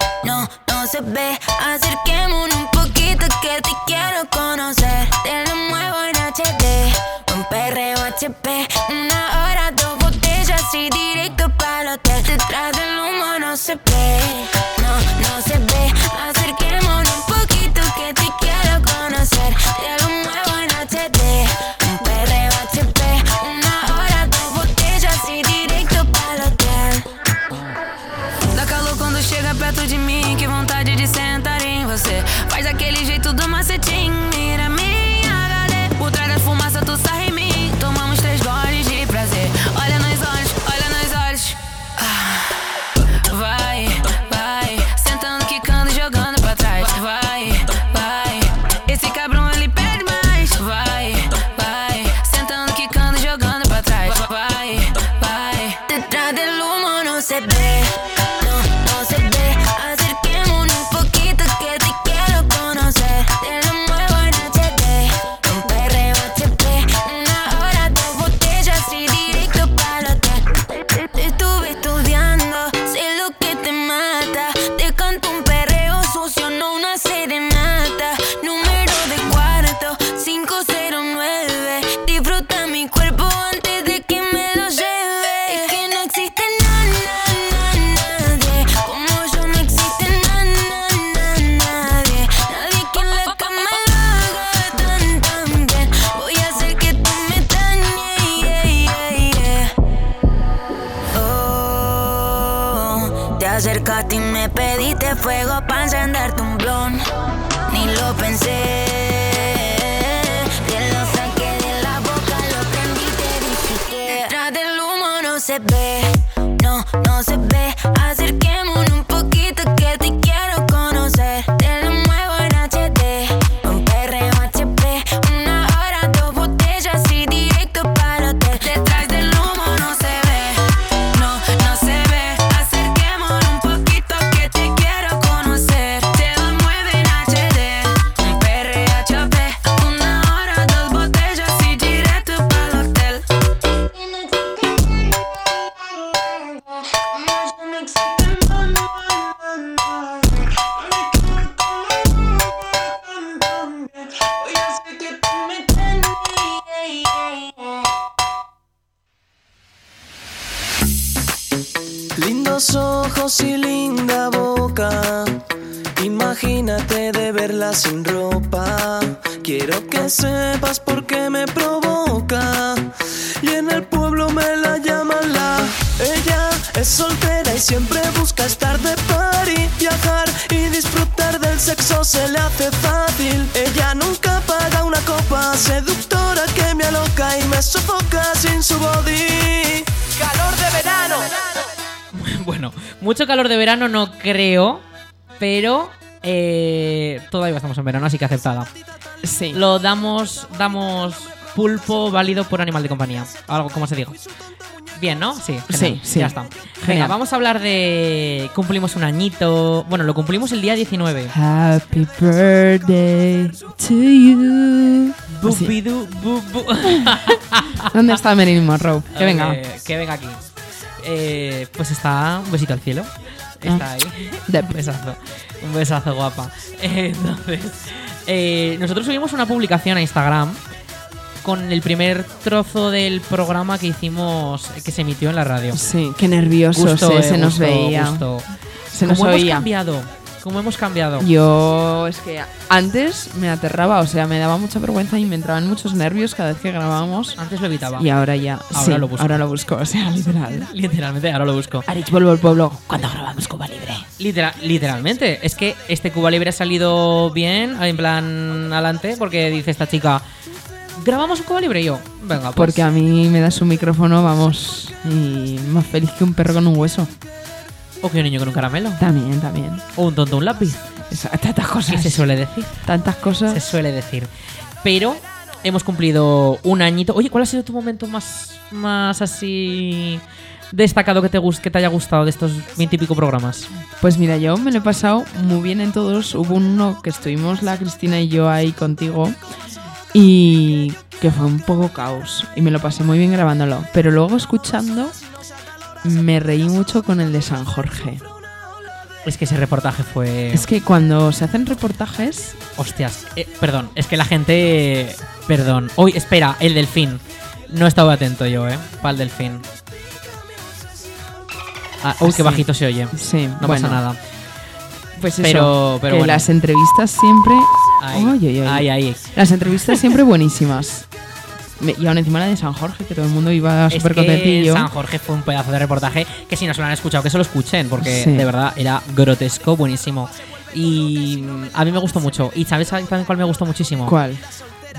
Speaker 1: no, no se ve. Acerquémonos un poquito que te quiero conocer. Te lo muevo en HD, un perreo HP, una hora, dos botellas y directo para el hotel. Detrás del humo no se ve, no, no se ve. Acerquémonos un poquito que te quiero conocer. Te lo muevo en HD, un perreo HP, una hora, dos botellas y directo para el hotel.
Speaker 5: Dá calor quando chega perto de mim, que vontade de sentar em você. Faz aquele jeito do macetinho, mira minha HD. Por trás da fumaça tu sarra em mim, tomamos três goles de prazer. Olha nos olhos, olha nos olhos. Ah. Vai, vai, sentando, quicando, e jogando pra trás. Vai, vai, esse cabrão ele perde mais. Vai, vai, sentando, quicando, e jogando pra trás. Vai, vai.
Speaker 1: Detrás del humo no se ve, no, no se ve. Acerquémonos un poquito que te quiero conocer. Te lo muevo en HD, un perreo HP. Una hora, dos botellas y directo para hotel. Te- Te estuve estudiando, sé lo que te mata. Te canto un perreo sucio, no una serenata. Número de cuarto, 509. Disfruta mi cuerpo antes de que me lo lleve. Es que no existe na, na, na, nadie. Como yo no existe na, na, na, nadie. Nadie que en la cama lo haga tan, tan bien. Voy a hacer que tú me dañes, yeah, yeah, yeah. Oh, te acercaste y me pediste fuego para encenderte un blon. Ni lo pensé. Te lo saqué de la boca, lo prendí y te dije que detrás del humo no se ve. No, no se ve. Acerquémonos un poquito que te quiero conocer. Te lo muevo en HD, un perreo HP. Una hora, dos botellas y directo para el hotel.
Speaker 5: Detrás del humo no se ve, no, no se ve. Acerquémonos un poquito que te quiero conocer. Te lo mueve en HD, un PRHP. Una hora, dos botellas y directo para el hotel.
Speaker 6: Lindos ojos y linda boca. Imagínate de verla sin ropa. Quiero que sepas por qué me provoca. Y en el pueblo me la llaman la. Ella es soltera y siempre busca estar de party, viajar y disfrutar del sexo se le hace fácil. Ella nunca sin su body. Calor de verano.
Speaker 2: Bueno, mucho calor de verano no creo, pero eh, todavía estamos en verano, así que aceptada.
Speaker 3: Sí.
Speaker 2: Lo damos, damos pulpo válido por animal de compañía. Algo como se dijo. Bien, ¿no? Sí, genial,
Speaker 3: Sí, sí.
Speaker 2: Ya está. Venga,
Speaker 3: Genial.
Speaker 2: vamos a hablar de. Cumplimos un añito. Bueno, lo cumplimos el día 19.
Speaker 3: Happy birthday to you. Así.
Speaker 2: Bubidu, bu, bu.
Speaker 3: ¿Dónde está Marilyn Monroe? Que venga.
Speaker 2: Eh, que venga aquí. Eh, pues está un besito al cielo.
Speaker 3: Ah.
Speaker 2: Está ahí.
Speaker 3: De-
Speaker 2: Un besazo. Un besazo, guapa. Eh, Entonces, eh, nosotros subimos una publicación a Instagram con el primer trozo del programa que hicimos, que se emitió en la radio.
Speaker 3: Sí, qué nervioso
Speaker 2: Gusto,
Speaker 3: se,
Speaker 2: eh,
Speaker 3: se nos
Speaker 2: gusto,
Speaker 3: veía.
Speaker 2: gusto.
Speaker 3: Se nos
Speaker 2: ¿Cómo hemos
Speaker 3: oía.
Speaker 2: cambiado? ¿Cómo hemos cambiado?
Speaker 3: Yo es que antes me aterraba, o sea, me daba mucha vergüenza y me entraban muchos nervios cada vez que grabábamos.
Speaker 2: Antes lo evitaba.
Speaker 3: Y ahora ya.
Speaker 2: Ah, Ahora
Speaker 3: sí,
Speaker 2: lo busco.
Speaker 3: Ahora lo busco, o sea, literal.
Speaker 2: Literalmente, ahora lo busco.
Speaker 3: Arich, vuelvo al pueblo cuando grabamos Cuba Libre.
Speaker 2: Litera- literalmente, es que este Cuba Libre ha salido bien, en plan adelante, porque dice esta chica, grabamos un Cuba Libre y yo, venga, pues,
Speaker 3: Porque a mí me das un micrófono, vamos, y más feliz que un perro con un hueso.
Speaker 2: o que un niño con un caramelo,
Speaker 3: También, también.
Speaker 2: o un tonto un lápiz,
Speaker 3: Esa- tantas
Speaker 2: que
Speaker 3: cosas.
Speaker 2: se suele decir,
Speaker 3: Tantas
Speaker 2: se
Speaker 3: cosas.
Speaker 2: suele decir. Pero hemos cumplido un añito. Oye, ¿cuál ha sido tu momento más, más así destacado que te, gus- que te haya gustado de estos 20 y pico programas?
Speaker 3: Pues mira, yo me lo he pasado muy bien en todos. Hubo uno que estuvimos la Cristina y yo ahí contigo y que fue un poco caos. Y me lo pasé muy bien grabándolo. Pero luego escuchando, me reí mucho con el de San Jorge.
Speaker 2: Es que ese reportaje fue...
Speaker 3: Es que cuando se hacen reportajes,
Speaker 2: Hostias, eh, perdón, es que la gente. Perdón. Hoy, espera, el delfín. No he estado atento yo, eh. Para el delfín. Ah, uy, qué
Speaker 3: Sí.
Speaker 2: bajito se oye.
Speaker 3: sí,
Speaker 2: No
Speaker 3: bueno,
Speaker 2: pasa nada.
Speaker 3: Pues eso,
Speaker 2: Pero- pero
Speaker 3: que
Speaker 2: bueno.
Speaker 3: las entrevistas siempre...
Speaker 2: Ahí,
Speaker 3: Ay, ay, ay.
Speaker 2: ahí, ahí.
Speaker 3: Las entrevistas siempre buenísimas. Me- Y aún encima la de San Jorge, que todo el mundo iba
Speaker 2: Es
Speaker 3: súper
Speaker 2: que
Speaker 3: contentillo.
Speaker 2: San Jorge fue un pedazo de reportaje que si no se lo han escuchado, que se lo escuchen, porque
Speaker 3: Sí.
Speaker 2: de verdad era grotesco, buenísimo. Y mm, a mí me gustó mucho. ¿Y sabes también cuál me gustó muchísimo?
Speaker 3: ¿Cuál?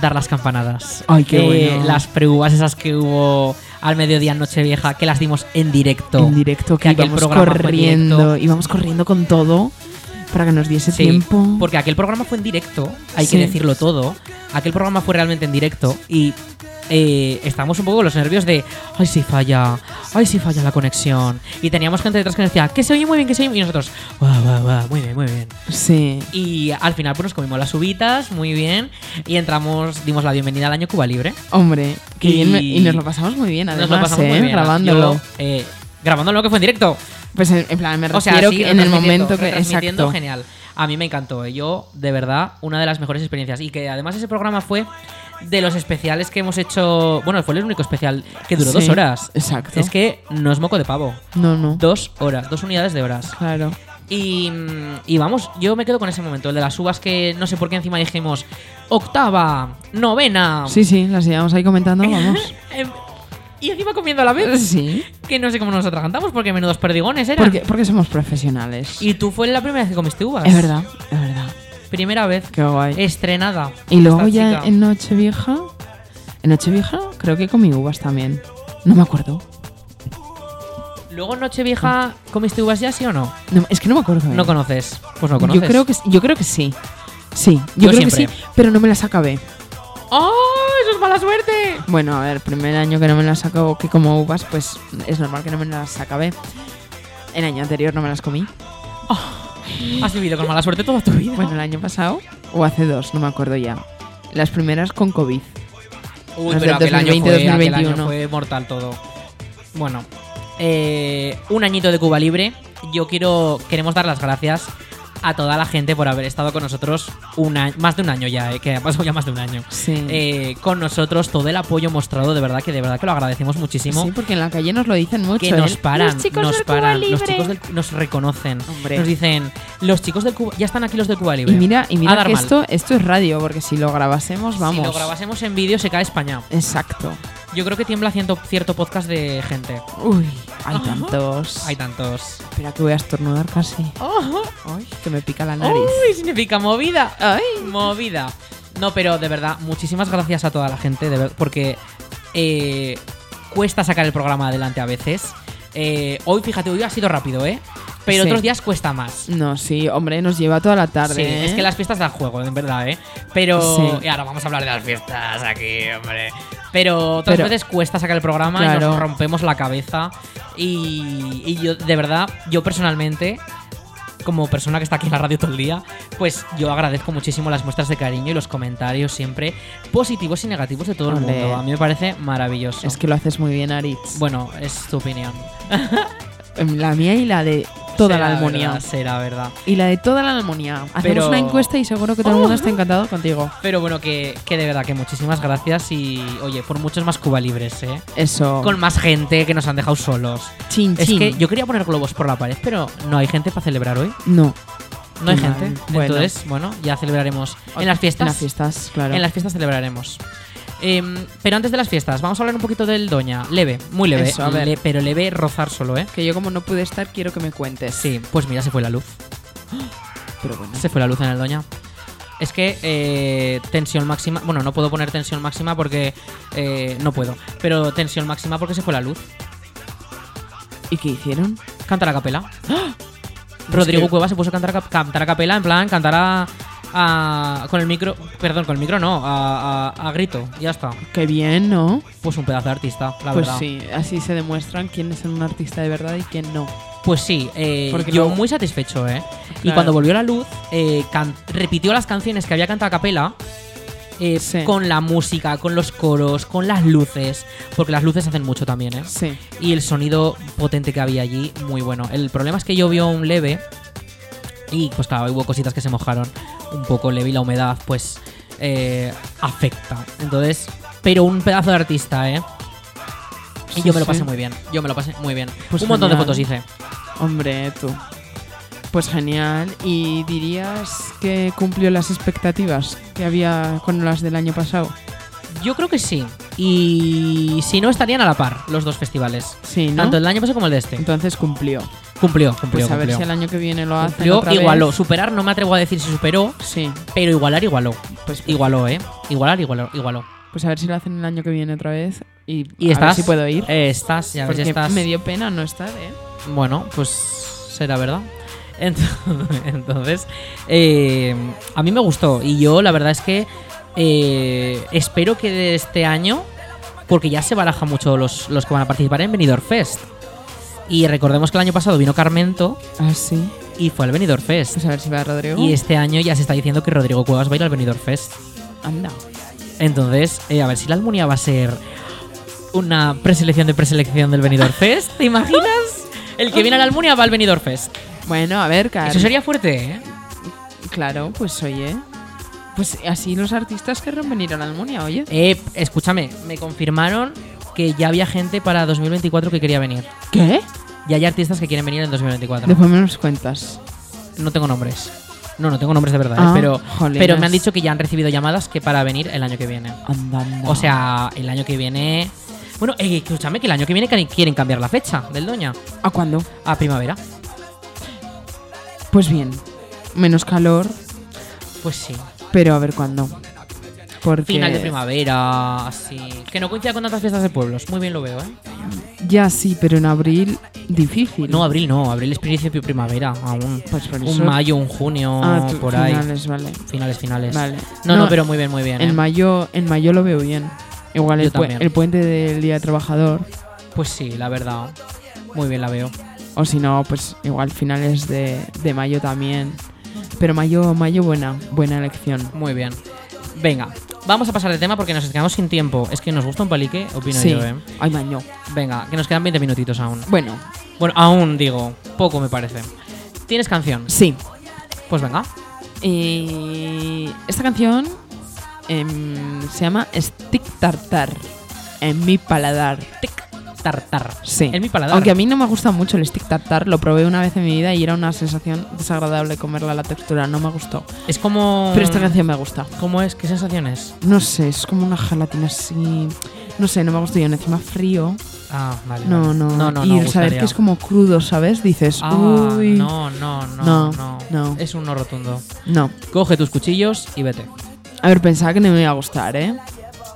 Speaker 2: dar las campanadas. Eh,
Speaker 3: Ay, qué bueno.
Speaker 2: Las preúvas esas que hubo al mediodía en Nochevieja, que las dimos en directo.
Speaker 3: En directo, que,
Speaker 2: aquel
Speaker 3: íbamos
Speaker 2: programa fue directo.
Speaker 3: corriendo, íbamos corriendo con todo para que nos diese
Speaker 2: Sí,
Speaker 3: tiempo.
Speaker 2: porque aquel programa fue en directo, hay
Speaker 3: Sí.
Speaker 2: que decirlo todo. Aquel programa fue realmente en directo y eh, estábamos un poco con los nervios de, ay, si falla, ay, si falla la conexión. Y teníamos gente detrás que nos decía, que se oye muy bien, que se oye muy bien. Y nosotros, guau, guau, guau, muy bien, muy bien.
Speaker 3: Sí.
Speaker 2: Y al final pues nos comimos las uvitas, muy bien. Y entramos, dimos la bienvenida al año Cuba Libre.
Speaker 3: Hombre, que
Speaker 2: Y-
Speaker 3: bien me- y nos lo pasamos muy bien, además,
Speaker 2: nos lo pasamos
Speaker 3: ¿eh?
Speaker 2: muy bien.
Speaker 3: grabándolo.
Speaker 2: Yo, eh, grabándolo que fue en directo.
Speaker 3: Pues en, en plan, me
Speaker 2: O sea,
Speaker 3: refiero
Speaker 2: sí,
Speaker 3: que en el
Speaker 2: retransmitiendo,
Speaker 3: momento que.
Speaker 2: retransmitiendo,
Speaker 3: Exacto.
Speaker 2: genial. A mí me encantó. eh. Yo, de verdad, una de las mejores experiencias. Y que además ese programa fue de los especiales que hemos hecho. Bueno, fue el único especial que duró
Speaker 3: Sí,
Speaker 2: dos horas.
Speaker 3: exacto.
Speaker 2: Es que no es moco de pavo.
Speaker 3: No, no.
Speaker 2: Dos horas, dos unidades de horas.
Speaker 3: Claro.
Speaker 2: Y, mm, y vamos, yo me quedo con ese momento, el de las uvas que no sé por qué encima dijimos octava, novena.
Speaker 3: Sí, sí, las llevamos ahí comentando, vamos.
Speaker 2: em, y encima comiendo a la vez.
Speaker 3: Eh, sí.
Speaker 2: Que no sé cómo nos atragantamos porque menudos perdigones eran.
Speaker 3: Porque, porque somos profesionales.
Speaker 2: Y tú fue la primera vez que comiste uvas.
Speaker 3: Es verdad, es verdad.
Speaker 2: Primera vez.
Speaker 3: Qué guay.
Speaker 2: Estrenada.
Speaker 3: Y luego
Speaker 2: Eh, Esta
Speaker 3: ya
Speaker 2: chica.
Speaker 3: en Nochevieja. En Nochevieja creo que comí uvas también. No me acuerdo.
Speaker 2: Luego en Nochevieja, ¿comiste uvas ya, sí o no?
Speaker 3: No, es que no me acuerdo. ¿eh?
Speaker 2: No conoces. Pues no conoces.
Speaker 3: Yo creo que, yo creo que sí. Sí,
Speaker 2: Yo
Speaker 3: yo, creo que
Speaker 2: siempre.
Speaker 3: sí, pero no me las acabé.
Speaker 2: ¡Oh! ¡Eso es mala suerte!
Speaker 3: Bueno, a ver, primer año que no me las acabo, que como uvas, pues es normal que no me las acabé. El año anterior no me las comí.
Speaker 2: Has vivido con mala suerte toda tu vida.
Speaker 3: Bueno, el año pasado, o hace dos, no me acuerdo ya. Las primeras con COVID.
Speaker 2: Uy,
Speaker 3: las
Speaker 2: pero aquel
Speaker 3: del
Speaker 2: año,
Speaker 3: 2020,
Speaker 2: fue, aquel año
Speaker 3: 2021.
Speaker 2: fue mortal todo. Bueno, eh, un añito de Cuba Libre. Yo quiero, queremos dar las gracias a toda la gente por haber estado con nosotros un año, más de un año ya, eh, que ha pasado ya más de un año.
Speaker 3: Sí.
Speaker 2: eh, con nosotros, todo el apoyo mostrado, de verdad que de verdad que lo agradecemos muchísimo.
Speaker 3: sí, porque en la calle nos lo dicen mucho.
Speaker 2: Que
Speaker 3: ¿eh?
Speaker 2: nos paran,
Speaker 3: Los chicos
Speaker 2: nos
Speaker 3: del Cuba
Speaker 2: paran, los
Speaker 3: Libre.
Speaker 2: chicos del- nos reconocen,
Speaker 3: Hombre.
Speaker 2: nos dicen, los chicos del Cuba, ya están aquí los del Cuba Libre.
Speaker 3: Y mira, y
Speaker 2: A
Speaker 3: mira
Speaker 2: dar
Speaker 3: que
Speaker 2: mal.
Speaker 3: esto, esto es radio, porque si lo grabásemos, vamos.
Speaker 2: Si lo grabásemos en vídeo se cae España.
Speaker 3: Exacto.
Speaker 2: Yo creo que tiembla ciento- cierto podcast de gente.
Speaker 3: Uy, hay tantos.
Speaker 2: Hay tantos.
Speaker 3: Espera que voy a estornudar casi. Ay, que me pica la nariz.
Speaker 2: Uy, significa movida. Movida. No, pero de verdad, muchísimas gracias a toda la gente, de ver- porque eh, cuesta sacar el programa adelante a veces. Eh, hoy, fíjate, hoy ha sido rápido, ¿eh? Pero
Speaker 3: Sí.
Speaker 2: otros días cuesta más.
Speaker 3: No, sí, hombre, nos lleva toda la tarde.
Speaker 2: Sí,
Speaker 3: ¿eh?
Speaker 2: es que las fiestas dan juego, en verdad, ¿eh? Pero.
Speaker 3: Sí.
Speaker 2: Y ahora vamos a hablar de las fiestas aquí, hombre. Pero otras
Speaker 3: Pero-
Speaker 2: veces cuesta sacar el programa y
Speaker 3: Claro.
Speaker 2: nos rompemos la cabeza. Y, y yo, de verdad, yo personalmente, como persona que está aquí en la radio todo el día, pues yo agradezco muchísimo las muestras de cariño y los comentarios siempre positivos y negativos de todo el
Speaker 3: Ole.
Speaker 2: mundo. A mí me parece maravilloso.
Speaker 3: Es que lo haces muy bien, Aritz.
Speaker 2: Bueno, es tu opinión.
Speaker 3: La mía y la de toda
Speaker 2: Será
Speaker 3: la almonía.
Speaker 2: verdad, será verdad.
Speaker 3: Y la de toda la almonía. Hacemos
Speaker 2: Pero-
Speaker 3: una encuesta y seguro que todo el mundo está encantado contigo.
Speaker 2: Pero bueno, que, que de verdad que muchísimas gracias y oye, por muchos más Cuba Libres, ¿eh?
Speaker 3: Eso.
Speaker 2: Con más gente que nos han dejado solos.
Speaker 3: chin,
Speaker 2: Es
Speaker 3: chin.
Speaker 2: que yo quería poner globos por la pared, pero no hay gente para celebrar hoy.
Speaker 3: No.
Speaker 2: No hay
Speaker 3: Qué mal.
Speaker 2: gente.
Speaker 3: Bueno.
Speaker 2: Entonces, bueno, ya celebraremos en las fiestas.
Speaker 3: En las fiestas, claro.
Speaker 2: En las fiestas celebraremos. Em, pero antes de las fiestas, vamos a hablar un poquito del Doña. Leve, muy leve.
Speaker 3: Eso, a ver.
Speaker 2: le- pero leve rozar solo, ¿eh?
Speaker 3: Que yo como no pude estar, quiero que me cuentes.
Speaker 2: Sí, pues mira, se fue la luz.
Speaker 3: Pero bueno.
Speaker 2: Se fue la luz en el Doña. Es que eh, tensión máxima. Bueno, no puedo poner tensión máxima porque. eh, no puedo. Pero tensión máxima porque se fue la luz.
Speaker 3: ¿Y qué hicieron?
Speaker 2: Cantar a capela. ¡Ah! Rodrigo
Speaker 3: Es que-
Speaker 2: Cueva se puso a cantar a, cap- cantar a capela, en plan, cantar a, a- con el micro. Perdón, con el micro no, a, a- a grito, ya está.
Speaker 3: Qué bien, ¿no?
Speaker 2: Pues un pedazo de artista, la
Speaker 3: pues
Speaker 2: verdad.
Speaker 3: sí, así se demuestran quién es un artista de verdad y quién no.
Speaker 2: Pues sí, eh,
Speaker 3: Porque
Speaker 2: yo
Speaker 3: luego-
Speaker 2: muy satisfecho, ¿eh? Y
Speaker 3: Claro.
Speaker 2: cuando volvió la luz, eh, can- repitió las canciones que había cantado a capela. eh,
Speaker 3: Sí.
Speaker 2: Con la música, con los coros, con las luces, porque las luces hacen mucho también, ¿eh?
Speaker 3: Sí.
Speaker 2: y el sonido potente que había allí, muy bueno. El problema es que llovió un leve y pues claro, hubo cositas que se mojaron un poco leve y la humedad pues eh, afecta. Entonces, pero un pedazo de artista, ¿eh? Y
Speaker 3: Sí,
Speaker 2: yo me lo
Speaker 3: sí.
Speaker 2: pasé muy bien, yo me lo pasé muy bien.
Speaker 3: Pues
Speaker 2: un montón de
Speaker 3: genial.
Speaker 2: fotos hice.
Speaker 3: Hombre, tú. Pues genial. ¿Y dirías que cumplió las expectativas que había con las del año pasado?
Speaker 2: Yo creo que sí. Y si no, estarían a la par los dos festivales.
Speaker 3: Sí, ¿no?
Speaker 2: Tanto el del año pasado como el de este.
Speaker 3: Entonces cumplió.
Speaker 2: Cumplió, cumplió,
Speaker 3: Pues a ver
Speaker 2: cumplió.
Speaker 3: si el año que viene lo hace.
Speaker 2: Cumplió, igualó. Superar, no me atrevo a decir si superó,
Speaker 3: Sí,
Speaker 2: pero igualar, igualó.
Speaker 3: pues,
Speaker 2: Igualó, ¿eh? Igualar, igualó, igualó.
Speaker 3: pues a ver si lo hacen el año que viene otra vez. Y,
Speaker 2: Y
Speaker 3: a
Speaker 2: estás.
Speaker 3: ver si puedo ir.
Speaker 2: eh, estás, ya ves,
Speaker 3: porque
Speaker 2: ya estás.
Speaker 3: me dio pena no estar, ¿eh?
Speaker 2: Bueno, pues será verdad. Ento- Entonces, eh, a mí me gustó. Y yo, la verdad es que eh, espero que de este año, porque ya se baraja mucho los, los que van a participar en Benidorm Fest. Y recordemos que el año pasado vino Carmento
Speaker 3: Ah, sí.
Speaker 2: y fue al Benidorm Fest.
Speaker 3: Pues a ver si va Rodrigo.
Speaker 2: Y este año ya se está diciendo que Rodrigo Cuevas va a ir al Benidorm Fest.
Speaker 3: Anda.
Speaker 2: Entonces, eh, a ver si la Almunia va a ser una preselección de preselección del Benidorm Fest. ¿Te imaginas? El que viene a la Almunia va al Benidorm Fest.
Speaker 3: Bueno, a ver, claro.
Speaker 2: Eso sería fuerte, ¿eh?
Speaker 3: Claro, pues oye. Pues así los artistas querrán venir a la Almunia, oye.
Speaker 2: Eh, Escúchame, me confirmaron que ya había gente para 2024 que quería venir.
Speaker 3: ¿Qué?
Speaker 2: Ya hay artistas que quieren venir en 2024.
Speaker 3: Después me los cuentas.
Speaker 2: No tengo nombres. No, no tengo nombres de verdad, ¿eh?
Speaker 3: Ah,
Speaker 2: pero,
Speaker 3: jolines.
Speaker 2: pero me han dicho que ya han recibido llamadas que para venir el año que viene.
Speaker 3: Anda, anda.
Speaker 2: O sea, el año que viene... Bueno, eh, escúchame, que el año que viene cari- quieren cambiar la fecha del Doña
Speaker 3: ¿A cuándo?
Speaker 2: a primavera.
Speaker 3: Pues bien. Menos calor,
Speaker 2: Pues sí.
Speaker 3: pero a ver cuándo. Porque
Speaker 2: Final de primavera, así. Que no coincida con tantas fiestas de pueblos. Muy bien lo veo, ¿eh?
Speaker 3: Ya sí, pero en abril difícil.
Speaker 2: No, abril no. Abril es principio de primavera aún.
Speaker 3: Pues por eso.
Speaker 2: Un mayo, un junio,
Speaker 3: Ah, tú-
Speaker 2: por ahí.
Speaker 3: finales, vale.
Speaker 2: Finales, finales.
Speaker 3: Vale.
Speaker 2: No, no,
Speaker 3: No,
Speaker 2: pero muy bien, muy bien. ¿eh?
Speaker 3: En mayo, en mayo lo veo bien. Igual
Speaker 2: Yo
Speaker 3: el, pue-
Speaker 2: también.
Speaker 3: el puente del Día del Trabajador.
Speaker 2: Pues sí, la verdad. Muy bien la veo.
Speaker 3: O si no, pues igual finales de, de mayo también. Pero mayo, mayo buena, buena elección.
Speaker 2: Muy bien. Venga, vamos a pasar de tema porque nos quedamos sin tiempo. Es que nos gusta un palique, opino
Speaker 3: sí.
Speaker 2: yo, ¿eh?
Speaker 3: Ay, maño.
Speaker 2: Venga, que nos quedan 20 minutitos aún.
Speaker 3: Bueno,
Speaker 2: Bueno, aún digo, poco me parece. ¿Tienes canción?
Speaker 3: sí.
Speaker 2: Pues venga.
Speaker 3: Eh, esta canción em, se llama Stick Tartar. En mi paladar.
Speaker 2: Tic, tartar.
Speaker 3: Sí.
Speaker 2: En mi paladar.
Speaker 3: Aunque a mí no me gusta mucho el stick tartar, lo probé una vez en mi vida y era una sensación desagradable comerla la textura, no me gustó.
Speaker 2: Es como.
Speaker 3: Pero esta canción me gusta.
Speaker 2: ¿Cómo es? ¿Qué sensación es?
Speaker 3: No sé, es como una gelatina así. No sé, no me gusta y encima frío.
Speaker 2: Ah, vale.
Speaker 3: No,
Speaker 2: vale.
Speaker 3: no.
Speaker 2: no, no.
Speaker 3: y
Speaker 2: no,
Speaker 3: el saber
Speaker 2: gustaría.
Speaker 3: que es como crudo, ¿sabes? Dices,
Speaker 2: Ah,
Speaker 3: uy.
Speaker 2: no, no, no, no,
Speaker 3: No, no.
Speaker 2: Es un no rotundo.
Speaker 3: No.
Speaker 2: Coge tus cuchillos y vete.
Speaker 3: A ver, pensaba que no me iba a gustar, ¿eh?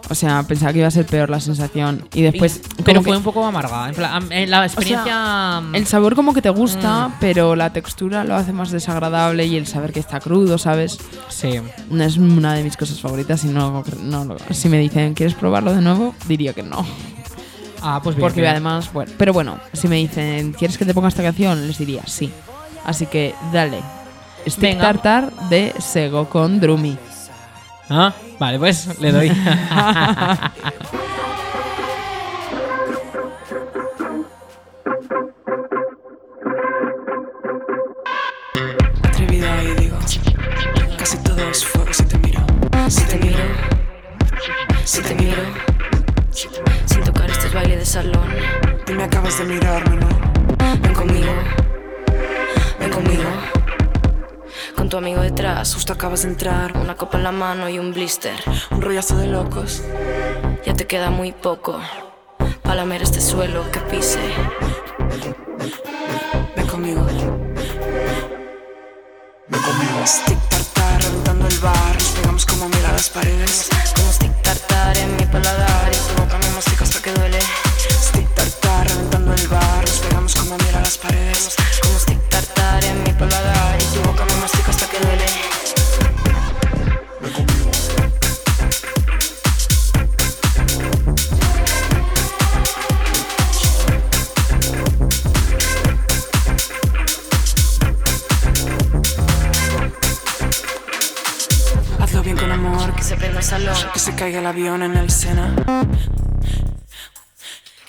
Speaker 3: O sea, pensaba que iba a ser peor la sensación. Y después.
Speaker 2: Y-
Speaker 3: como
Speaker 2: Pues, pero
Speaker 3: que-
Speaker 2: fue un poco amarga. En plan, am- eh, la experiencia. mm,
Speaker 3: El sabor como que te gusta, pero la textura lo hace más desagradable y el saber que está crudo, ¿sabes?
Speaker 2: sí.
Speaker 3: No es una de mis cosas favoritas y no, no lo- si me dicen, ¿quieres probarlo de nuevo? Diría que no.
Speaker 2: Ah, pues bien,
Speaker 3: Porque
Speaker 2: bien.
Speaker 3: además, bueno, pero bueno, si me dicen, ¿quieres que te ponga esta canción? Les diría sí. Así que dale. Stick
Speaker 2: Venga.
Speaker 3: Tartar de Sego con Drumi.
Speaker 2: Ah, vale, pues le doy.
Speaker 6: Atrevida y digo, casi todo es fuego si te miro.
Speaker 5: Si te miro, si te miro, sin tocar este baile de salón.
Speaker 6: Tú me acabas de mirarme, ¿no?
Speaker 5: Ven conmigo, ven conmigo. Con tu amigo detrás,
Speaker 6: Justo acabas de entrar,
Speaker 5: una copa en la mano y un blister.
Speaker 6: un rollazo de locos.
Speaker 5: Ya te queda muy poco para lamer este suelo que pise.
Speaker 6: Ven conmigo. Ven conmigo. Stick tartar, reventando el bar. Nos pegamos como mira las paredes.
Speaker 5: Como stick tartar en mi paladar y tu boca me mastica hasta que duele.
Speaker 6: Stick tartar, reventando el bar. Nos pegamos como mira las paredes.
Speaker 5: Como stick tartar en mi paladar y tu boca me mastica hasta que duele.
Speaker 6: Hazlo bien con amor.
Speaker 5: Que se prenda el salón,
Speaker 6: Que se caiga el avión en el Sena.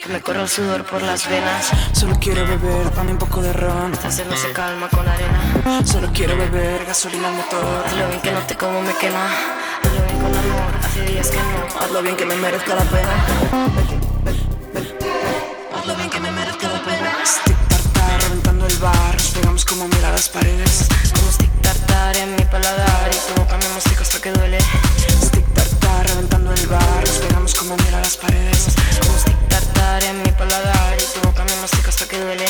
Speaker 5: que me corra el sudor por las venas.
Speaker 6: Solo quiero beber, dame un poco de ron.
Speaker 5: Entonces no se calma con arena.
Speaker 6: Solo quiero beber gasolina al motor.
Speaker 5: Lo bien que no te como me quema. Lo bien con amor, hace días que no. Hazlo bien que me merezca la pena. Hazlo bien que me merezca la pena.
Speaker 6: Stick tartar, reventando el bar. Nos pegamos como mira las paredes.
Speaker 5: Como stick tartar en mi paladar y tu boca me mastica hasta que duele.
Speaker 6: Stick tartar, reventando el bar. Nos pegamos como mira las paredes.
Speaker 5: Como stick tartar en mi paladar y tu boca me mastica hasta que duele.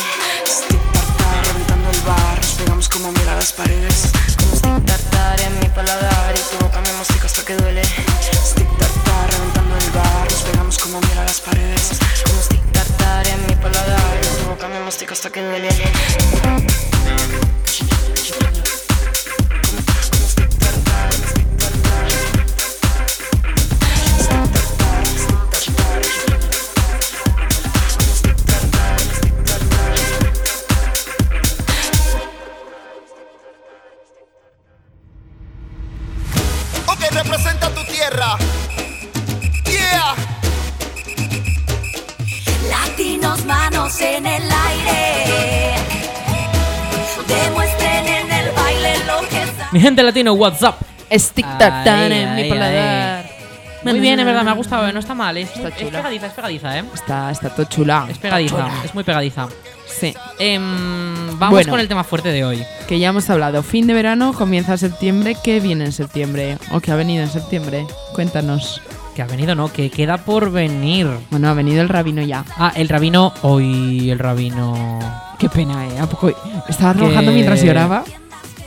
Speaker 6: Stick tartar, reventando el bar. Nos pegamos como mira las paredes.
Speaker 5: Como stick tartar en mi paladar y tu boca me mastica hasta que duele.
Speaker 6: Stick tartar, reventando el bar. Nos pegamos como mira las paredes.
Speaker 5: Como stick tartar en mi paladar y tu boca me mastica hasta que duele.
Speaker 7: Ok, representa tu tierra. Yeah.
Speaker 1: Latinos, manos en el aire. Demuestren en el baile lo que saben.
Speaker 2: Mi gente latino, what's up?
Speaker 3: Stick
Speaker 2: Ay,
Speaker 3: Tartar en
Speaker 2: ay,
Speaker 3: mi paladar.
Speaker 2: Muy bien, es verdad, me ha gustado, eh, no está mal. Es,
Speaker 3: Está
Speaker 2: es
Speaker 3: chula.
Speaker 2: pegadiza, es pegadiza, ¿eh?
Speaker 3: Está, está todo chula.
Speaker 2: Es pegadiza, es muy pegadiza.
Speaker 3: Sí.
Speaker 2: Em, vamos
Speaker 3: Bueno.
Speaker 2: con el tema fuerte de hoy.
Speaker 3: Que ya hemos hablado. Fin de verano, comienza septiembre. ¿Qué viene en septiembre? ¿O qué ha venido en septiembre? Cuéntanos.
Speaker 2: Que ha venido, no, que queda por venir.
Speaker 3: Bueno, ha venido el rabino ya.
Speaker 2: Ah, el rabino hoy, el rabino.
Speaker 3: Qué pena, ¿eh? ¿A poco? Estaba
Speaker 2: Que-
Speaker 3: arrojando mientras lloraba.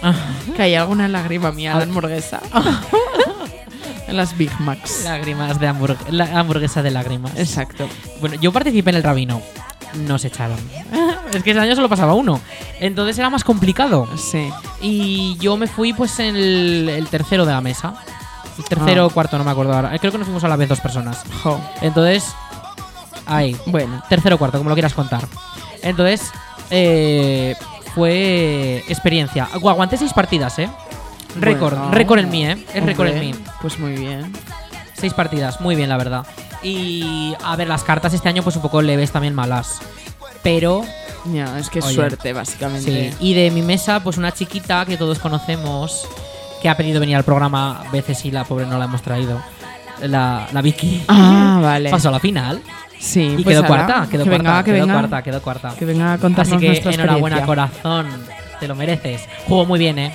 Speaker 2: Ah,
Speaker 3: Caía alguna lágrima mía en la hamburguesa. en las Big Macs.
Speaker 2: lágrimas de hamburg- la- hamburguesa de lágrimas.
Speaker 3: Exacto.
Speaker 2: Bueno, yo participé en el rabino. Nos echaron. es que ese año solo pasaba uno. Entonces era más complicado.
Speaker 3: Sí.
Speaker 2: Y yo me fui pues en el, el tercero de la mesa. El tercero
Speaker 3: Ah.
Speaker 2: o cuarto, no me acuerdo ahora. Eh, Creo que nos fuimos a la vez dos personas.
Speaker 3: Jo.
Speaker 2: Entonces, ahí.
Speaker 3: Bueno.
Speaker 2: Tercero o cuarto, como lo quieras contar. Entonces, eh, fue experiencia. Agu- Aguanté seis partidas, ¿eh? Récord,
Speaker 3: Bueno.
Speaker 2: récord en mí, ¿eh? Es récord en
Speaker 3: Hombre,
Speaker 2: mí.
Speaker 3: Pues muy bien.
Speaker 2: Seis partidas, muy bien, la verdad. Y a ver, las cartas este año, pues un poco leves también malas. Pero,
Speaker 3: Ya, es que es
Speaker 2: Oye.
Speaker 3: suerte,
Speaker 2: sí.
Speaker 3: básicamente.
Speaker 2: Y de mi mesa, pues una chiquita que todos conocemos, que ha pedido venir al programa a veces y la pobre no la hemos traído. La, la Vicky.
Speaker 3: Ah, vale.
Speaker 2: Pasó a la final.
Speaker 3: Sí,
Speaker 2: Y
Speaker 3: pues
Speaker 2: quedó
Speaker 3: ala,
Speaker 2: cuarta, quedó
Speaker 3: que
Speaker 2: cuarta,
Speaker 3: venga, que
Speaker 2: quedó
Speaker 3: venga,
Speaker 2: cuarta, quedó cuarta.
Speaker 3: que venga a contarnos
Speaker 2: Así que
Speaker 3: nuestra
Speaker 2: enhorabuena,
Speaker 3: experiencia.
Speaker 2: corazón. Te lo mereces. Jugó muy bien, eh.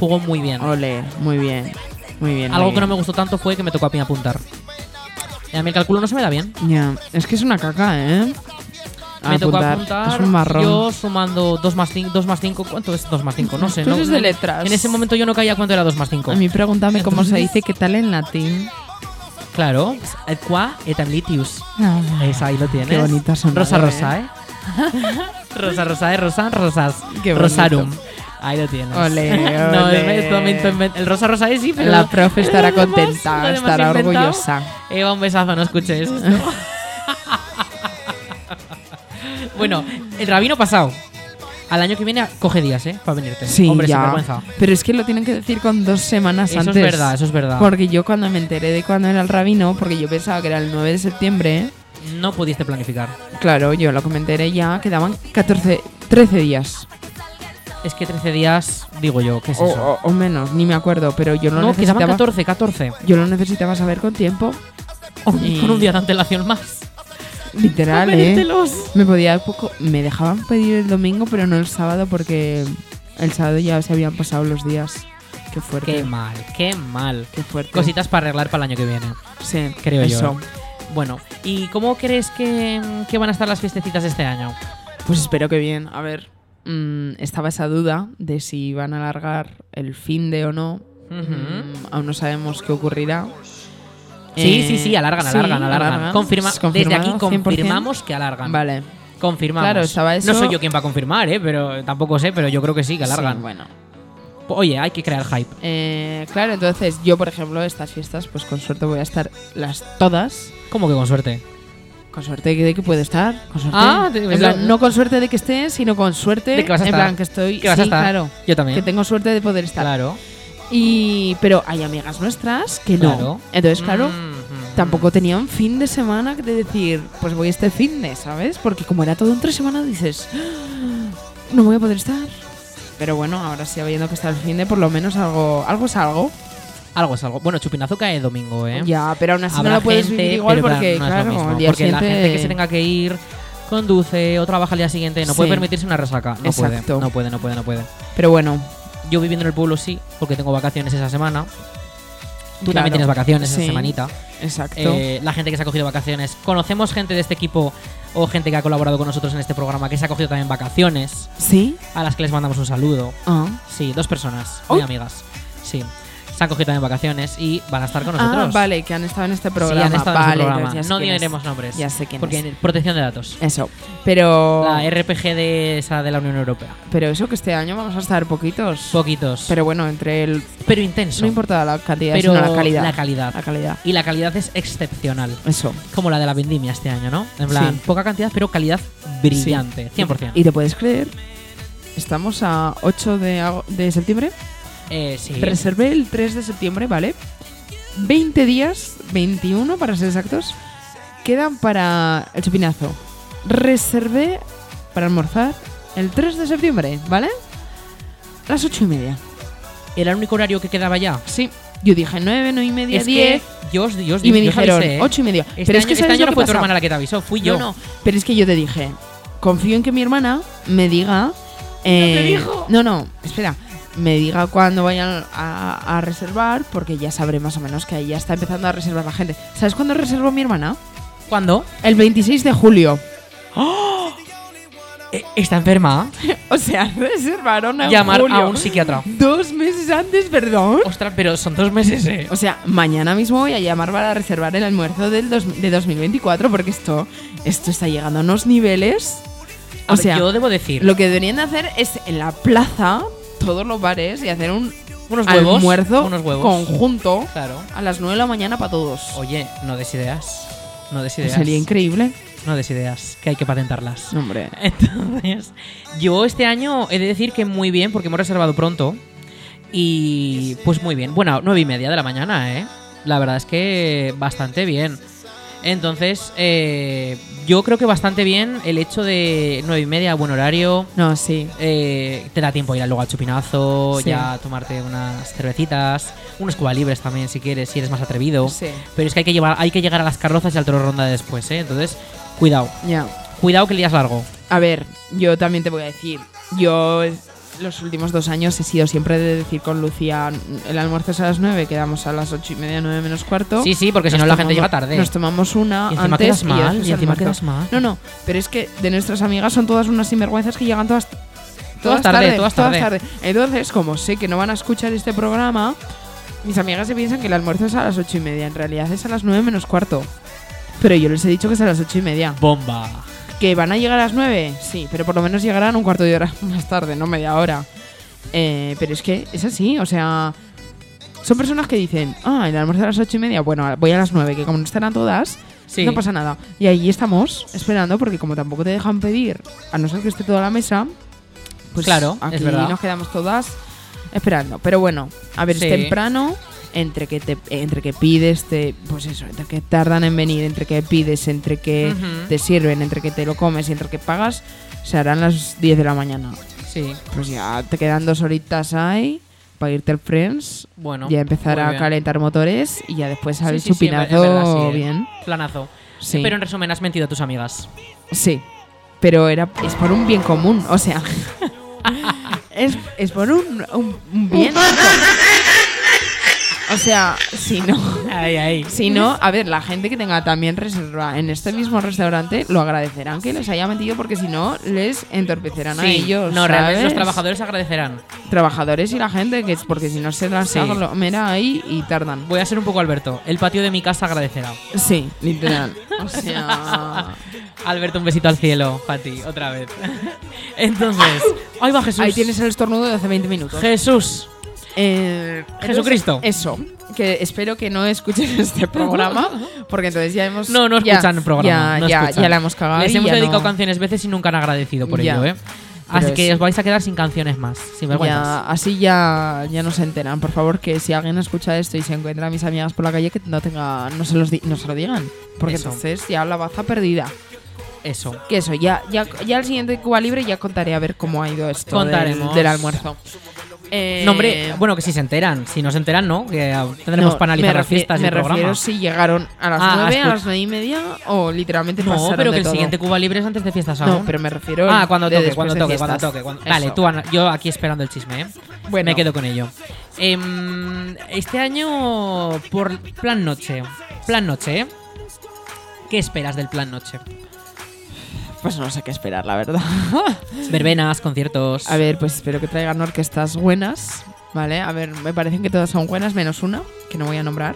Speaker 2: Jugó muy bien.
Speaker 3: Ole, muy bien, muy bien.
Speaker 2: Algo que no me gustó tanto fue que me tocó a mí apuntar. Y a mí el cálculo no se me da bien.
Speaker 3: me... Ya, es que es una caca, ¿eh?
Speaker 2: me tocó apuntar.
Speaker 3: Es un marrón.
Speaker 2: Yo sumando 2 más 5, 2 más 5, ¿cuánto es 2 más 5? No sé,
Speaker 3: Tú
Speaker 2: no-
Speaker 3: eres de
Speaker 2: no-
Speaker 3: letras.
Speaker 2: En ese momento yo no caía cuánto era 2 más 5.
Speaker 3: A mí pregúntame cómo se dice qué tal en latín.
Speaker 2: Claro, et qua etabilitius.
Speaker 8: No,
Speaker 2: Esa, ahí lo tienes.
Speaker 3: Ah, Qué bonita sonada,
Speaker 2: Rosa
Speaker 3: ¿eh?
Speaker 2: rosa, ¿eh? rosa rosa, ¿eh? Rosa rosas.
Speaker 3: Qué bonito.
Speaker 2: Rosarum. Ahí lo tienes.
Speaker 3: Ole,
Speaker 2: No,
Speaker 3: ole.
Speaker 2: me- esto me invento- invento- el rosa rosa es sí, pero
Speaker 3: La profe estará
Speaker 2: lo demás-
Speaker 3: contenta,
Speaker 2: lo demás
Speaker 3: estará
Speaker 2: inventado.
Speaker 3: orgullosa.
Speaker 2: Eva, un besazo, no escuches esto. bueno, el rabino pasado. Al año que viene coge días, ¿eh? Para venirte.
Speaker 3: Sí,
Speaker 2: Hombre, sin
Speaker 3: ya.
Speaker 2: vergüenza.
Speaker 3: Pero es que lo tienen que decir con dos semanas
Speaker 2: Eso es
Speaker 3: antes.
Speaker 2: verdad, eso es verdad.
Speaker 3: Porque yo cuando me enteré de cuándo era el rabino, porque yo pensaba que era el 9 de septiembre,
Speaker 2: No pudiste planificar.
Speaker 3: claro, yo lo que me enteré ya quedaban 14, 13 días.
Speaker 2: Es que 13 días, digo yo, ¿qué es
Speaker 3: O,
Speaker 2: eso?
Speaker 3: o- o menos, ni me acuerdo, pero yo lo
Speaker 2: Oh, no, que
Speaker 3: necesitaba.
Speaker 2: estaban 14, 14.
Speaker 3: Yo lo necesitaba saber con tiempo. Y-
Speaker 2: Oh, Con un día de antelación más.
Speaker 3: Literal, eh.
Speaker 2: Mételos.
Speaker 3: Me podía poco. Me dejaban pedir el domingo, pero no el sábado, porque el sábado ya se habían pasado los días. Qué fuerte.
Speaker 2: Qué mal, qué mal.
Speaker 3: Qué fuerte.
Speaker 2: Cositas para arreglar para el año que viene.
Speaker 3: Sí,
Speaker 2: creo yo. ¿eh?
Speaker 3: eso.
Speaker 2: Bueno, ¿y cómo crees que, que van a estar las fiestecitas este año?
Speaker 3: Pues espero que bien. A ver, mm, estaba esa duda de si van a alargar el fin de o no. Mm, aún no sabemos qué ocurrirá.
Speaker 2: Sí,
Speaker 3: Eh,
Speaker 2: sí, sí, alargan,
Speaker 3: sí,
Speaker 2: alargan, alargan. Confirma, desde
Speaker 3: Confirmado,
Speaker 2: aquí
Speaker 3: 100%.
Speaker 2: confirmamos que alargan.
Speaker 3: Vale.
Speaker 2: Confirmamos.
Speaker 3: Claro, estaba eso-
Speaker 2: No soy yo quien va a confirmar, ¿eh? Pero tampoco sé, pero yo creo que sí, que alargan. Pues,
Speaker 3: Sí, bueno.
Speaker 2: Oye, hay que crear hype.
Speaker 3: Eh, claro, entonces yo, por ejemplo, estas fiestas, pues con suerte voy a estar las todas.
Speaker 2: ¿Cómo que con suerte?
Speaker 3: Con suerte de que puedo estar. Con suerte.
Speaker 2: Ah, te-
Speaker 3: En plan,
Speaker 2: eso-
Speaker 3: no con suerte de que esté, sino con suerte
Speaker 2: ¿De que vas a
Speaker 3: en
Speaker 2: estar?
Speaker 3: plan que estoy.
Speaker 2: Que vas a
Speaker 3: sí,
Speaker 2: estar.
Speaker 3: claro.
Speaker 2: Yo también.
Speaker 3: Que tengo suerte de poder estar.
Speaker 2: Claro.
Speaker 3: Y, pero hay amigas nuestras que no.
Speaker 2: Claro.
Speaker 3: Entonces, claro,
Speaker 2: Mm, mm.
Speaker 3: tampoco tenían fin de semana de decir, pues voy este fin de, ¿sabes? Porque como era todo en tres semanas, dices, "Ah, no voy a poder estar. Pero bueno, ahora sí, habiendo que estar el fin de, por lo menos algo, algo es algo.
Speaker 2: Algo es algo. Bueno, chupinazo cae domingo, ¿eh?
Speaker 3: Ya, pero aún así
Speaker 2: Habrá
Speaker 3: no lo puedes
Speaker 2: gente,
Speaker 3: vivir igual
Speaker 2: pero
Speaker 3: porque,
Speaker 2: no es lo
Speaker 3: claro,
Speaker 2: mismo,
Speaker 3: como el día
Speaker 2: porque la gente
Speaker 3: siguiente-
Speaker 2: que se tenga que ir conduce o trabaja al día siguiente no puede
Speaker 3: Sí.
Speaker 2: permitirse una resaca. No
Speaker 3: Exacto.
Speaker 2: puede, no puede, no puede, no puede.
Speaker 3: Pero bueno,
Speaker 2: Yo viviendo en el pueblo sí, porque tengo vacaciones esa semana. Tú
Speaker 3: Claro.
Speaker 2: también tienes vacaciones
Speaker 3: Sí.
Speaker 2: esa semanita.
Speaker 3: exacto.
Speaker 2: Eh, la gente que se ha cogido vacaciones. Conocemos gente de este equipo o gente que ha colaborado con nosotros en este programa que se ha cogido también vacaciones,
Speaker 3: ¿Sí?
Speaker 2: a las que les mandamos un saludo.
Speaker 3: Ah.
Speaker 2: Sí, dos personas, muy
Speaker 3: Oh.
Speaker 2: amigas. Sí. Se han cogido también vacaciones y van a estar con
Speaker 3: Ah,
Speaker 2: nosotros.
Speaker 3: vale, que han estado en
Speaker 2: Sí,
Speaker 3: este
Speaker 2: han
Speaker 3: programa.
Speaker 2: estado en
Speaker 3: vale,
Speaker 2: nuestro programa.
Speaker 3: entonces ya sé
Speaker 2: No
Speaker 3: quién es.
Speaker 2: diremos nombres.
Speaker 3: Ya sé quién
Speaker 2: Porque
Speaker 3: es.
Speaker 2: protección de datos.
Speaker 3: Eso. Pero.
Speaker 2: La er- RPG de esa de la Unión Europea.
Speaker 3: Pero eso que este año vamos a estar poquitos.
Speaker 2: Poquitos. Pero,
Speaker 3: pero bueno, entre el.
Speaker 2: intenso.
Speaker 3: No importa la cantidad,
Speaker 2: Pero
Speaker 3: sino la calidad.
Speaker 2: la calidad.
Speaker 3: La calidad.
Speaker 2: Y la calidad es excepcional.
Speaker 3: Eso.
Speaker 2: Como la de la vendimia este año, ¿no? En plan,
Speaker 3: Sí.
Speaker 2: poca cantidad, pero calidad brillante. 100%.
Speaker 3: ¿Y te puedes creer? Estamos a 8 de, ago- de septiembre.
Speaker 2: Eh, sí.
Speaker 3: Reservé el 3 de septiembre, ¿vale? 20 días, 21 para ser exactos, quedan para el chupinazo. Reservé para almorzar el 3 de septiembre, ¿vale? Las 8 y media.
Speaker 2: Era el único horario que quedaba ya.
Speaker 3: Sí. Yo dije 9, 9 y media,
Speaker 2: es que
Speaker 3: 10.
Speaker 2: yo os, yo os
Speaker 3: Y me
Speaker 2: yo os
Speaker 3: dijeron
Speaker 2: avisé, ¿eh?
Speaker 3: 8 y media.
Speaker 2: Este
Speaker 3: Pero es
Speaker 2: año-
Speaker 3: que
Speaker 2: este
Speaker 3: ¿sabes
Speaker 2: año
Speaker 3: lo
Speaker 2: no
Speaker 3: que
Speaker 2: fue tu
Speaker 3: pasa?
Speaker 2: hermana la que te avisó, fui yo.
Speaker 3: No, no. Pero es que yo te dije, confío en que mi hermana me diga. eh, no No, espera. Me diga cuándo vayan a, a reservar, porque ya sabré más o menos que ahí ya está empezando a reservar la gente. ¿Sabes cuándo reservó mi hermana?
Speaker 2: ¿Cuándo?
Speaker 3: El 26 de julio.
Speaker 2: Eh, está enferma.
Speaker 3: O sea, reservaron en
Speaker 2: Llamar
Speaker 3: julio.
Speaker 2: a un psiquiatra.
Speaker 3: Dos meses antes, perdón.
Speaker 2: Ostras, pero son dos meses, eh.
Speaker 3: O sea, mañana mismo voy a llamar para reservar el almuerzo del dos- de 2024, porque esto, esto está llegando a unos niveles.
Speaker 2: A
Speaker 3: O
Speaker 2: ver,
Speaker 3: sea,
Speaker 2: yo debo decir.
Speaker 3: Lo que deberían de hacer es en la plaza, todos los bares, y hacer un
Speaker 2: Unos huevos,
Speaker 3: almuerzo
Speaker 2: unos huevos.
Speaker 3: conjunto
Speaker 2: Claro.
Speaker 3: a las 9 de la mañana para todos. Pues
Speaker 2: Oye, no des ideas. No des ideas.
Speaker 3: Sería increíble.
Speaker 2: No des ideas, que hay que patentarlas.
Speaker 3: No, Hombre.
Speaker 2: Entonces, yo este año he de decir que muy bien, porque hemos reservado pronto. Y pues muy bien. Bueno, nueve y media de la mañana, ¿eh? La verdad es que bastante bien. Entonces, eh, yo creo que bastante bien el hecho de nueve y media, buen horario.
Speaker 3: No, sí.
Speaker 2: Eh, te da tiempo a ir luego al chupinazo,
Speaker 3: Sí.
Speaker 2: ya a tomarte unas cervecitas, unos cuba libres también si quieres, si eres más atrevido.
Speaker 3: Sí.
Speaker 2: Pero es que hay que, llevar, hay que llegar a las carrozas y al toro ronda después, ¿eh? Entonces, cuidado.
Speaker 3: Ya.
Speaker 2: Cuidado que el día es largo.
Speaker 3: A ver, yo también te voy a decir. Yo los últimos dos años he sido siempre de decir con Lucía, el almuerzo es a las 9, quedamos a las 8 y media, 9 menos cuarto.
Speaker 2: Sí, sí, porque si
Speaker 3: Nos
Speaker 2: no la gente
Speaker 3: tomamos-
Speaker 2: llega tarde.
Speaker 3: Nos tomamos una
Speaker 2: Y encima
Speaker 3: antes
Speaker 2: quedas mal,
Speaker 3: después
Speaker 2: y encima
Speaker 3: almuerzo.
Speaker 2: quedas mal.
Speaker 3: No, no, pero es que de nuestras amigas son todas unas sinvergüenzas que llegan todas todas
Speaker 2: tarde,
Speaker 3: tarde,
Speaker 2: todas tarde.
Speaker 3: Entonces, como sé que no van a escuchar este programa, Mis amigas se piensan que el almuerzo es a las ocho y media, en realidad es a las nueve menos cuarto. Pero yo les he dicho que es a las ocho y media.
Speaker 2: Bomba.
Speaker 3: ¿Que van a llegar a las 9? Sí, pero por lo menos llegarán un cuarto de hora más tarde, no media hora. Eh, pero es que es así, o sea. Son personas que dicen, ah, el almuerzo a las ocho y media, bueno, voy a las 9, que como no estarán todas,
Speaker 2: Sí.
Speaker 3: no pasa nada. Y ahí estamos, esperando, porque como tampoco te dejan pedir, a no ser que esté toda la mesa, pues
Speaker 2: Claro, es
Speaker 3: aquí
Speaker 2: verdad.
Speaker 3: nos quedamos todas esperando. Pero bueno, a ver,
Speaker 2: Sí.
Speaker 3: es temprano, entre que, te, entre que pides, te, pues eso, entre que tardan en venir, entre que pides, entre que
Speaker 2: Ujú.
Speaker 3: te sirven, entre que te lo comes y entre que pagas, se harán las 10 de la mañana.
Speaker 2: Sí.
Speaker 3: Pues ya te quedan dos horitas ahí para irte al Friends,
Speaker 2: Bueno.
Speaker 3: ya empezar
Speaker 2: muy
Speaker 3: a
Speaker 2: bien.
Speaker 3: calentar motores y ya después al
Speaker 2: Sí, sí, sí, en ver- en
Speaker 3: chupinazo
Speaker 2: verdad, sí,
Speaker 3: bien.
Speaker 2: Planazo.
Speaker 3: Sí.
Speaker 2: Pero en resumen, has mentido a tus amigas.
Speaker 3: Sí, pero era, es por un bien común, o sea. es, es por un, un- un bien. O sea, si no,
Speaker 2: Ahí, ahí.
Speaker 3: si no, a ver, la gente que tenga también reserva en este mismo restaurante lo agradecerán que les haya metido porque si no les entorpecerán a ellos.
Speaker 2: no, realmente
Speaker 3: ¿sabes?
Speaker 2: los trabajadores agradecerán.
Speaker 3: Trabajadores y la gente, que es porque si no se las
Speaker 2: Sí.
Speaker 3: aglomera ahí y tardan.
Speaker 2: Voy a ser un poco Alberto. El patio de mi casa agradecerá.
Speaker 3: Sí, literal. O sea.
Speaker 2: Alberto, un besito al cielo para ti, otra vez. Entonces, ahí va Jesús.
Speaker 3: Ahí tienes el estornudo de hace 20 minutos.
Speaker 2: Jesús.
Speaker 3: Eh,
Speaker 2: Jesucristo.
Speaker 3: entonces, Eso. Que espero que no escuchen este programa, porque entonces ya hemos.
Speaker 2: No, no
Speaker 3: ya-
Speaker 2: escuchan el programa.
Speaker 3: Ya,
Speaker 2: no
Speaker 3: ya,
Speaker 2: escuchan.
Speaker 3: ya la hemos cagado.
Speaker 2: Les
Speaker 3: y
Speaker 2: hemos
Speaker 3: ya
Speaker 2: dedicado
Speaker 3: no-
Speaker 2: canciones veces y nunca han agradecido por
Speaker 3: Ya.
Speaker 2: ello, ¿eh?
Speaker 3: Pero
Speaker 2: Así que
Speaker 3: es-
Speaker 2: os vais a quedar sin canciones más, sin vergüenza.
Speaker 3: ya- así ya, ya no se enteran. Por favor, que si alguien escucha esto y se encuentra a mis amigas por la calle, que no tenga, no se, los di- no se lo digan. Porque
Speaker 2: Eso.
Speaker 3: entonces ya la baza perdida.
Speaker 2: Eso.
Speaker 3: Que eso, ya, ya, ya el siguiente Cuba Libre ya contaré a ver cómo ha ido esto del-
Speaker 2: Contaremos.
Speaker 3: Del, almuerzo. Eh,
Speaker 2: No, hombre, bueno, que si se enteran. Si no se enteran, no. Que ah, tendremos
Speaker 3: No,
Speaker 2: para analizar
Speaker 3: me
Speaker 2: las
Speaker 3: refi-
Speaker 2: fiestas y
Speaker 3: Me
Speaker 2: el programa.
Speaker 3: refiero si llegaron a las
Speaker 2: Ah,
Speaker 3: 9, a
Speaker 2: escu-
Speaker 3: las 9 y media o literalmente
Speaker 2: no,
Speaker 3: pasaron
Speaker 2: pero
Speaker 3: de
Speaker 2: que el
Speaker 3: todo.
Speaker 2: siguiente Cuba Libre es antes de fiestas aún.
Speaker 3: No, pero me refiero
Speaker 2: Ah,
Speaker 3: al
Speaker 2: cuando
Speaker 3: de
Speaker 2: toque,
Speaker 3: después
Speaker 2: cuando
Speaker 3: de
Speaker 2: toque, cuando
Speaker 3: fiestas.
Speaker 2: toque. cuando-
Speaker 3: Eso.
Speaker 2: Vale, tú, Ana, yo aquí esperando el chisme, ¿eh?
Speaker 3: Bueno.
Speaker 2: Me quedo con ello. Em, este año, por plan noche. Plan noche, ¿eh? ¿Qué esperas del plan noche?
Speaker 3: Pues no sé qué esperar, la verdad.
Speaker 2: Verbenas, conciertos.
Speaker 3: a ver, pues espero que traigan orquestas buenas, ¿vale? A ver, me parecen que todas son buenas, menos una, que no voy a nombrar.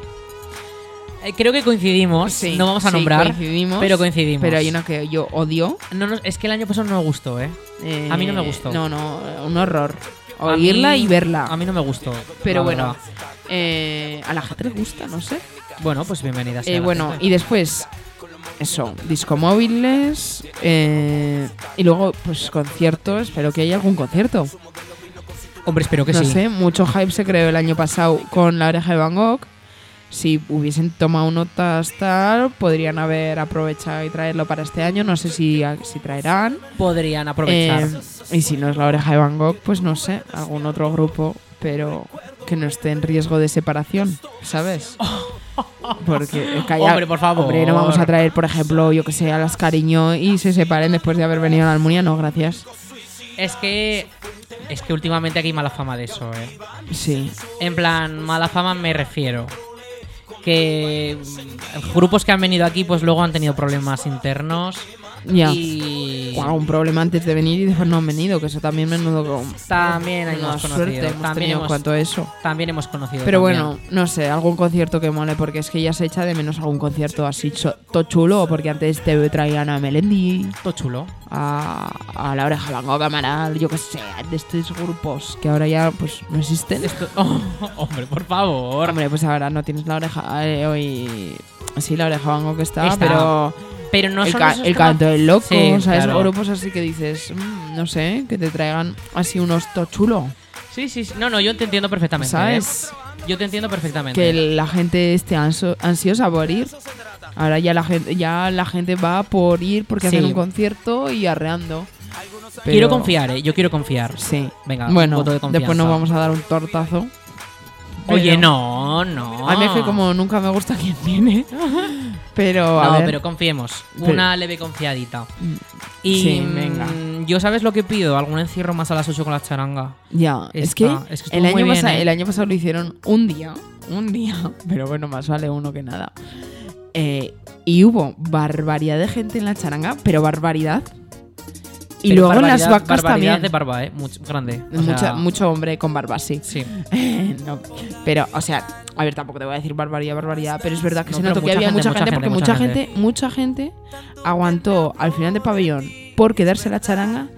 Speaker 2: Eh, creo que coincidimos. no vamos a
Speaker 3: Oh, sí,
Speaker 2: nombrar.
Speaker 3: coincidimos,
Speaker 2: pero coincidimos.
Speaker 3: Pero hay una que yo odio.
Speaker 2: No, no, es que el año pasado no me gustó, ¿eh?
Speaker 3: eh,
Speaker 2: A mí no me gustó.
Speaker 3: No, no, un horror.
Speaker 2: A
Speaker 3: Oírla
Speaker 2: mí-
Speaker 3: y verla.
Speaker 2: A mí no me gustó.
Speaker 3: pero
Speaker 2: la
Speaker 3: bueno,
Speaker 2: verdad.
Speaker 3: eh, a la gente le gusta, no sé.
Speaker 2: Bueno, pues bienvenida. sea
Speaker 3: Eh,
Speaker 2: la
Speaker 3: bueno,
Speaker 2: gente.
Speaker 3: y después, eso, discomóviles eh, y luego, pues conciertos, espero que haya algún concierto.
Speaker 2: Hombre, espero que
Speaker 3: no
Speaker 2: sí.
Speaker 3: sé, mucho hype se creó el año pasado con la oreja de Van Gogh. Si hubiesen tomado notas tal, podrían haber aprovechado y traerlo para este año. No sé si, si traerán.
Speaker 2: Podrían aprovechar.
Speaker 3: Eh, y si no es la oreja de Van Gogh, pues no sé, algún otro grupo, pero que no esté en riesgo de separación, ¿sabes? Porque es que haya-
Speaker 2: Hombre, por favor.
Speaker 3: hombre, no vamos a traer, por ejemplo, yo que sé, a las cariño y se separen después de haber venido a la Almunia, no, gracias.
Speaker 2: Es que. Es que últimamente aquí hay mala fama de eso, ¿eh?
Speaker 3: Sí,
Speaker 2: En plan, mala fama me refiero. Que mm, grupos que han venido aquí, pues luego han tenido problemas internos.
Speaker 3: ya.
Speaker 2: Y.
Speaker 3: O algún problema antes de venir y después no han venido, que eso también menudo con
Speaker 2: También hay
Speaker 3: una
Speaker 2: hemos
Speaker 3: suerte
Speaker 2: conocido.
Speaker 3: hemos
Speaker 2: También
Speaker 3: tenido en
Speaker 2: hemos,
Speaker 3: cuanto a eso.
Speaker 2: también hemos conocido.
Speaker 3: Pero
Speaker 2: también.
Speaker 3: bueno, no sé, algún concierto que mole, porque es que ya se echa de menos algún concierto así cho- to chulo, porque antes te traían a Melendi,
Speaker 2: Todo chulo.
Speaker 3: a, a La Oreja Van Gogh, Amaral, yo qué sé, de estos grupos que ahora ya pues no existen.
Speaker 2: Esto- oh, hombre, por favor.
Speaker 3: Hombre, pues ahora no tienes La Oreja, eh, hoy sí La Oreja Van Gogh está,
Speaker 2: Está.
Speaker 3: pero
Speaker 2: Pero no
Speaker 3: el,
Speaker 2: son
Speaker 3: ca-
Speaker 2: esos
Speaker 3: el
Speaker 2: temas-
Speaker 3: canto del loco,
Speaker 2: Sí,
Speaker 3: ¿sabes?
Speaker 2: claro.
Speaker 3: Grupos así que dices, mm, no sé, que te traigan así unos to chulo,
Speaker 2: Sí, sí, sí. No, no, yo te entiendo perfectamente.
Speaker 3: ¿sabes?
Speaker 2: ¿eh? Yo te entiendo perfectamente.
Speaker 3: que la gente esté anso- ansiosa por ir. Ahora ya la gente, ya la gente va por ir porque
Speaker 2: Sí.
Speaker 3: hacen un concierto y arreando. Pero-
Speaker 2: Quiero confiar, ¿eh? Yo quiero confiar.
Speaker 3: Sí.
Speaker 2: Venga,
Speaker 3: bueno,
Speaker 2: voto de confianza.
Speaker 3: después nos vamos a dar un tortazo.
Speaker 2: Oye,
Speaker 3: Pero-
Speaker 2: no, no.
Speaker 3: A mí es que como nunca me gusta quien viene. Pero a
Speaker 2: No,
Speaker 3: ver.
Speaker 2: pero confiemos.
Speaker 3: Pero-
Speaker 2: Una leve confiadita.
Speaker 3: Mm,
Speaker 2: Y
Speaker 3: sí, venga.
Speaker 2: mm, yo sabes lo que pido, algún encierro más a las 8 con la charanga.
Speaker 3: Ya, es que,
Speaker 2: Está- es que
Speaker 3: el,
Speaker 2: estuvo muy
Speaker 3: año
Speaker 2: bien,
Speaker 3: pasa-
Speaker 2: ¿eh?
Speaker 3: el año pasado lo hicieron un día, un día, pero bueno, más vale uno que nada. Eh, y hubo barbaridad de gente en la charanga, pero barbaridad. Y
Speaker 2: Pero
Speaker 3: luego las
Speaker 2: barbaridad-
Speaker 3: vacas
Speaker 2: barbaridad
Speaker 3: también.
Speaker 2: de barba, ¿eh? Mucho, grande. O
Speaker 3: Mucha-
Speaker 2: sea,
Speaker 3: mucho hombre con barba, sí.
Speaker 2: Sí.
Speaker 3: No, pero, o sea, a ver, tampoco te voy a decir barbaridad, barbaridad, pero es verdad que
Speaker 2: No,
Speaker 3: se
Speaker 2: pero
Speaker 3: notó que
Speaker 2: mucha
Speaker 3: había
Speaker 2: gente,
Speaker 3: mucha
Speaker 2: mucha
Speaker 3: gente,
Speaker 2: gente,
Speaker 3: porque
Speaker 2: mucha
Speaker 3: mucha gente, mucha gente aguantó al final del pabellón por quedarse la charanga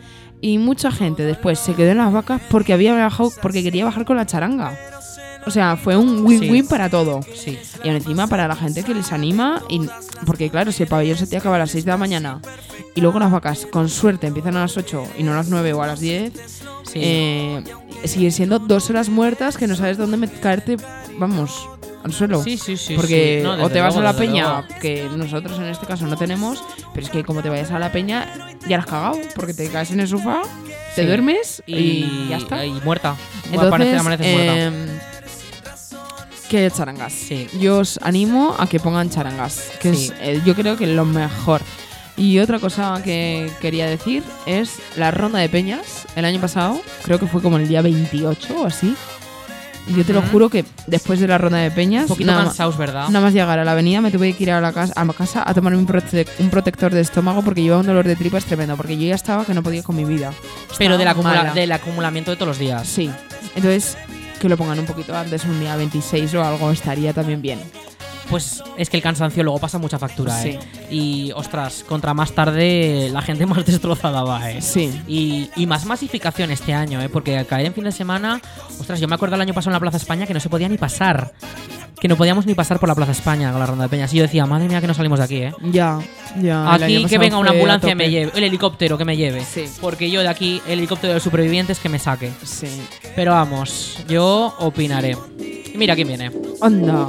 Speaker 3: y mucha gente después se quedó en las vacas porque había bajado, porque quería bajar con la charanga. O sea, fue un win-win
Speaker 2: Sí.
Speaker 3: para todo.
Speaker 2: Sí.
Speaker 3: Y aún encima para la gente que les anima, y, porque claro, si el pabellón se te acaba a las 6 de la mañana y luego las vacas con suerte empiezan a las 8 y no a las 9 o a las 10,
Speaker 2: Sí.
Speaker 3: eh, siguen siendo dos horas muertas que no sabes dónde met- caerte, vamos, al suelo.
Speaker 2: Sí, sí, sí.
Speaker 3: Porque
Speaker 2: sí. No,
Speaker 3: o
Speaker 2: desde
Speaker 3: te vas
Speaker 2: luego,
Speaker 3: a la
Speaker 2: desde
Speaker 3: peña,
Speaker 2: luego.
Speaker 3: que nosotros en este caso no tenemos, pero es que como te vayas a la peña, ya la has cagado, porque te caes en el sofá, te
Speaker 2: Sí.
Speaker 3: duermes y,
Speaker 2: Y,
Speaker 3: ya está.
Speaker 2: y muerta.
Speaker 3: Entonces,
Speaker 2: Aparece, amanece muerta.
Speaker 3: em, que charangas.
Speaker 2: Sí.
Speaker 3: Yo os animo a que pongan charangas, que
Speaker 2: Sí.
Speaker 3: es, eh, yo creo que lo mejor. Y otra cosa que quería decir es la ronda de peñas. El año pasado, creo que fue como el día 28 o así. Y Yo te lo
Speaker 2: Ujú.
Speaker 3: juro que después de la ronda de peñas,
Speaker 2: Un poquito
Speaker 3: nada ma-
Speaker 2: cansados, ¿verdad?
Speaker 3: Nada más llegar a la avenida me tuve que ir a, la casa, a mi casa a tomarme un, prote- un protector de estómago porque llevaba un dolor de tripas tremendo, porque yo ya estaba que no podía con mi vida.
Speaker 2: Pero del,
Speaker 3: Estaba
Speaker 2: acumula-
Speaker 3: mala.
Speaker 2: del acumulamiento de todos los días.
Speaker 3: Sí. Entonces, que lo pongan un poquito antes, un día 26 o algo, estaría también bien.
Speaker 2: Pues es que el cansancio luego pasa mucha factura,
Speaker 3: Sí.
Speaker 2: ¿eh? Y, ostras, contra más tarde la gente más destrozada va, ¿eh?
Speaker 3: Sí.
Speaker 2: Y, y más masificación este año, ¿eh? Porque al caer en fin de semana, ostras, yo me acuerdo el año pasado en la Plaza España que no se podía ni pasar. Que no podíamos ni pasar por la Plaza España con la Ronda de Peñas. Y yo decía, madre mía que no salimos de aquí, ¿eh?
Speaker 3: Ya, ya. el
Speaker 2: aquí
Speaker 3: año
Speaker 2: que
Speaker 3: pasado
Speaker 2: venga una
Speaker 3: fue a
Speaker 2: ambulancia y me
Speaker 3: tope.
Speaker 2: lleve, el helicóptero que me lleve.
Speaker 3: Sí.
Speaker 2: Porque yo de aquí, el helicóptero de los supervivientes que me saque.
Speaker 3: Sí.
Speaker 2: Pero vamos, yo opinaré. Y mira quién viene.
Speaker 3: Onda.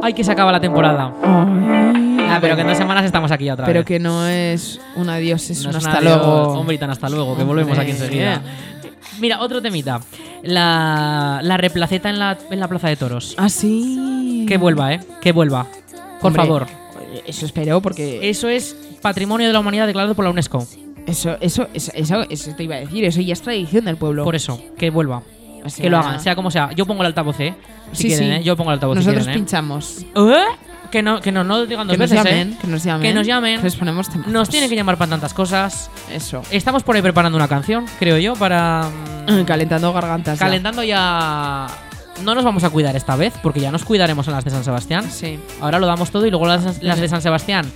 Speaker 2: Ay, que se acaba la temporada.
Speaker 3: Ay.
Speaker 2: Ah, pero que en dos semanas estamos aquí otra
Speaker 3: Pero
Speaker 2: vez.
Speaker 3: que no es un adiós, es
Speaker 2: No
Speaker 3: un
Speaker 2: es
Speaker 3: hasta
Speaker 2: nada,
Speaker 3: luego.
Speaker 2: Hombre, y tan hasta luego, que
Speaker 3: Hombre.
Speaker 2: volvemos aquí enseguida. Mira, otro temita. La, la replaceta en la, en la Plaza de Toros.
Speaker 3: Ah, sí.
Speaker 2: Que vuelva, ¿eh? Que vuelva. Por
Speaker 3: Hombre,
Speaker 2: favor.
Speaker 3: Eso espero porque
Speaker 2: Eso es patrimonio de la humanidad declarado por la UNESCO.
Speaker 3: eso, eso, eso, eso, eso te iba a decir, eso ya es tradición del pueblo.
Speaker 2: Por eso, que vuelva.
Speaker 3: O sea,
Speaker 2: Que lo hagan, sea como sea. Yo pongo el altavoz, ¿eh? Si
Speaker 3: Sí,
Speaker 2: quieren,
Speaker 3: sí.
Speaker 2: ¿eh? Yo pongo el altavoz. si
Speaker 3: Nosotros
Speaker 2: quieren, ¿eh?
Speaker 3: pinchamos.
Speaker 2: ¿Eh? Que no, que no, no lo digan dos
Speaker 3: Que nos,
Speaker 2: veces,
Speaker 3: llamen,
Speaker 2: ¿eh?
Speaker 3: que nos llamen,
Speaker 2: Que nos llamen.
Speaker 3: Les ponemos temas.
Speaker 2: Nos tienen que llamar para tantas cosas.
Speaker 3: Eso.
Speaker 2: Estamos por ahí preparando una canción, creo yo, para. mm,
Speaker 3: Calentando gargantas. ya.
Speaker 2: Calentando ya. No nos vamos a cuidar esta vez, porque ya nos cuidaremos en las de San Sebastián.
Speaker 3: Sí.
Speaker 2: Ahora lo damos todo y luego las, las de San Sebastián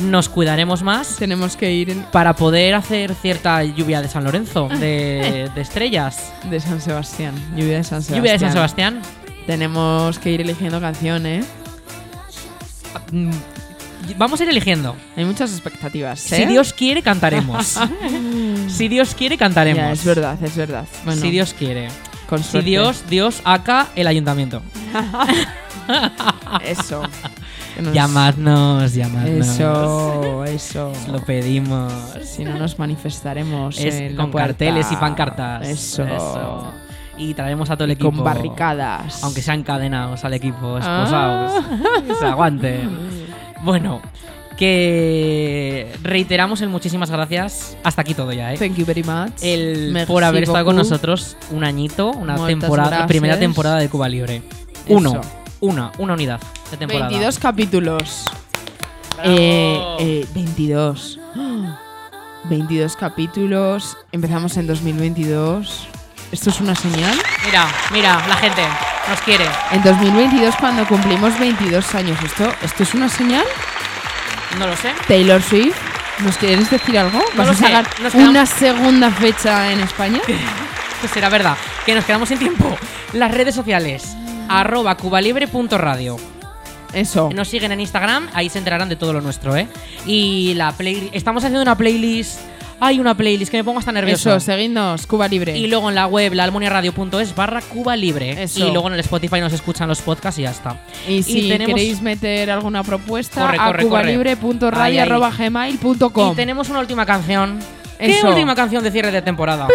Speaker 2: nos cuidaremos más
Speaker 3: Tenemos que ir en-
Speaker 2: para poder hacer cierta lluvia de San Lorenzo, de, de estrellas.
Speaker 3: de San Sebastián. Lluvia de San Sebastián.
Speaker 2: Lluvia de San Sebastián.
Speaker 3: Tenemos que ir eligiendo canciones.
Speaker 2: Mm, Vamos a ir eligiendo.
Speaker 3: Hay muchas expectativas. ¿eh?
Speaker 2: Si Dios quiere, cantaremos. si Dios quiere, cantaremos.
Speaker 3: Ya, es verdad, es verdad. Bueno,
Speaker 2: si Dios quiere.
Speaker 3: con
Speaker 2: Si
Speaker 3: suerte. Pues
Speaker 2: Dios, Dios, acá el ayuntamiento.
Speaker 3: Eso. Que nos-
Speaker 2: Llamadnos, llamadnos.
Speaker 3: Eso, eso.
Speaker 2: Os Lo pedimos.
Speaker 3: Si no nos manifestaremos
Speaker 2: Es
Speaker 3: en la
Speaker 2: con
Speaker 3: puerta.
Speaker 2: carteles y pancartas.
Speaker 3: Eso.
Speaker 2: Eso. Y traeremos a todo el
Speaker 3: Y
Speaker 2: equipo.
Speaker 3: Con barricadas. Ah.
Speaker 2: Aunque pues, sean cadenados al equipo, esposados. Que se aguanten. Bueno, que reiteramos el muchísimas gracias. Hasta aquí todo ya, ¿eh?
Speaker 3: Thank you very much.
Speaker 2: el
Speaker 3: Merci
Speaker 2: por haber estado con
Speaker 3: beaucoup.
Speaker 2: nosotros un añito, una
Speaker 3: Moltes
Speaker 2: temporada,
Speaker 3: gracias.
Speaker 2: primera temporada de Cuba Libre. Uno,
Speaker 3: Eso.
Speaker 2: una, una unidad de temporada.
Speaker 3: 22 capítulos. Eh, eh, 22. ¡Ah! 22 capítulos. Empezamos en 2022. ¿Esto es una señal?
Speaker 2: Mira, mira, la gente nos quiere.
Speaker 3: En 2022, cuando cumplimos 22 años, ¿esto, esto es una señal?
Speaker 2: No lo sé.
Speaker 3: Taylor Swift, ¿nos quieres decir algo? ¿Vas
Speaker 2: lo
Speaker 3: a
Speaker 2: sé,
Speaker 3: sacar
Speaker 2: nos quedamos-
Speaker 3: una segunda fecha en España?
Speaker 2: Pues será verdad, que nos quedamos sin tiempo. Las redes sociales, arroba cubalibre.radio.
Speaker 3: Eso.
Speaker 2: Nos siguen en Instagram, ahí se enterarán de todo lo nuestro, ¿eh? Y la play... Estamos haciendo una playlist... Hay una playlist que me pongo hasta nervioso.
Speaker 3: Eso, seguidnos, Cuba Libre.
Speaker 2: Y luego en la web, laalmoniaradio.es barra Cuba Libre.
Speaker 3: Eso.
Speaker 2: Y luego en el Spotify nos escuchan los podcasts y ya está.
Speaker 3: Y si
Speaker 2: tenemos-
Speaker 3: queréis meter alguna propuesta
Speaker 2: Corre, corre,
Speaker 3: a
Speaker 2: corre. Ahí, ahí.
Speaker 3: cubalibre.radio.gmail.com
Speaker 2: Y tenemos una última canción. ¿Qué
Speaker 3: Eso.
Speaker 2: última canción de cierre de temporada?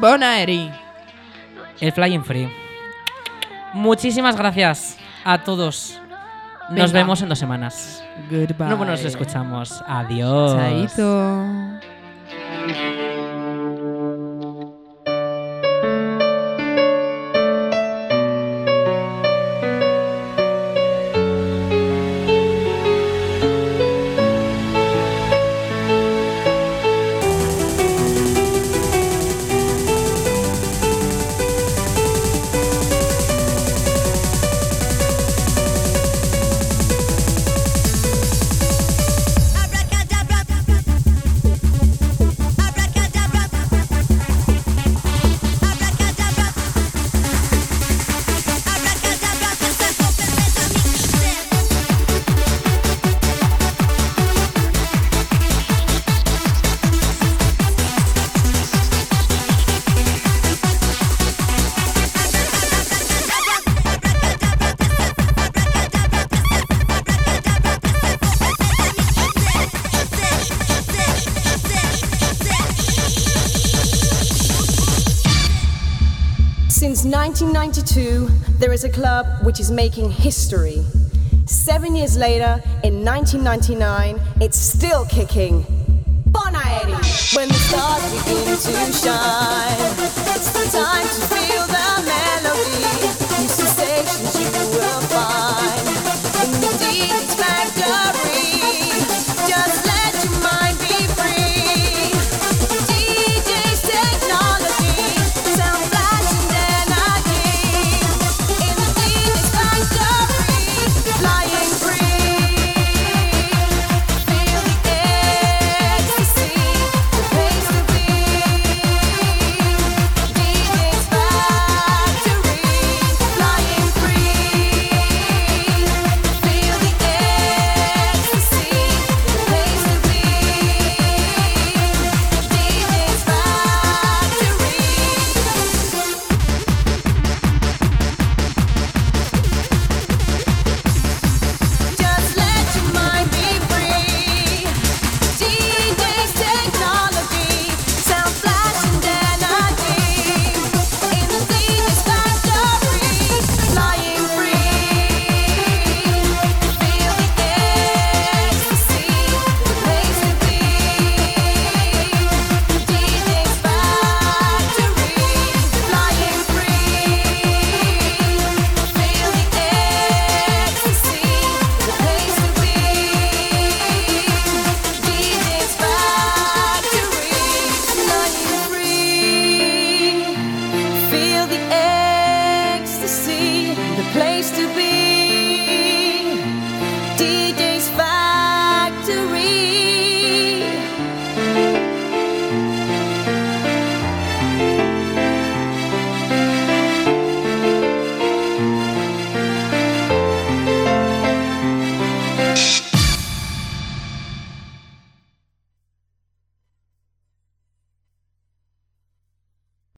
Speaker 3: Bonaeri.
Speaker 2: El Flying Free. Muchísimas gracias a todos. Nos
Speaker 3: Venga.
Speaker 2: vemos en dos semanas.
Speaker 3: Goodbye.
Speaker 2: No, bueno, nos escuchamos. Adiós.
Speaker 3: Chaito.
Speaker 8: Since 1992, there is a club which is making history. Seven years later, in 1999, it's still kicking. Bon Air! When the stars begin to shine, it's the time to feel the melody.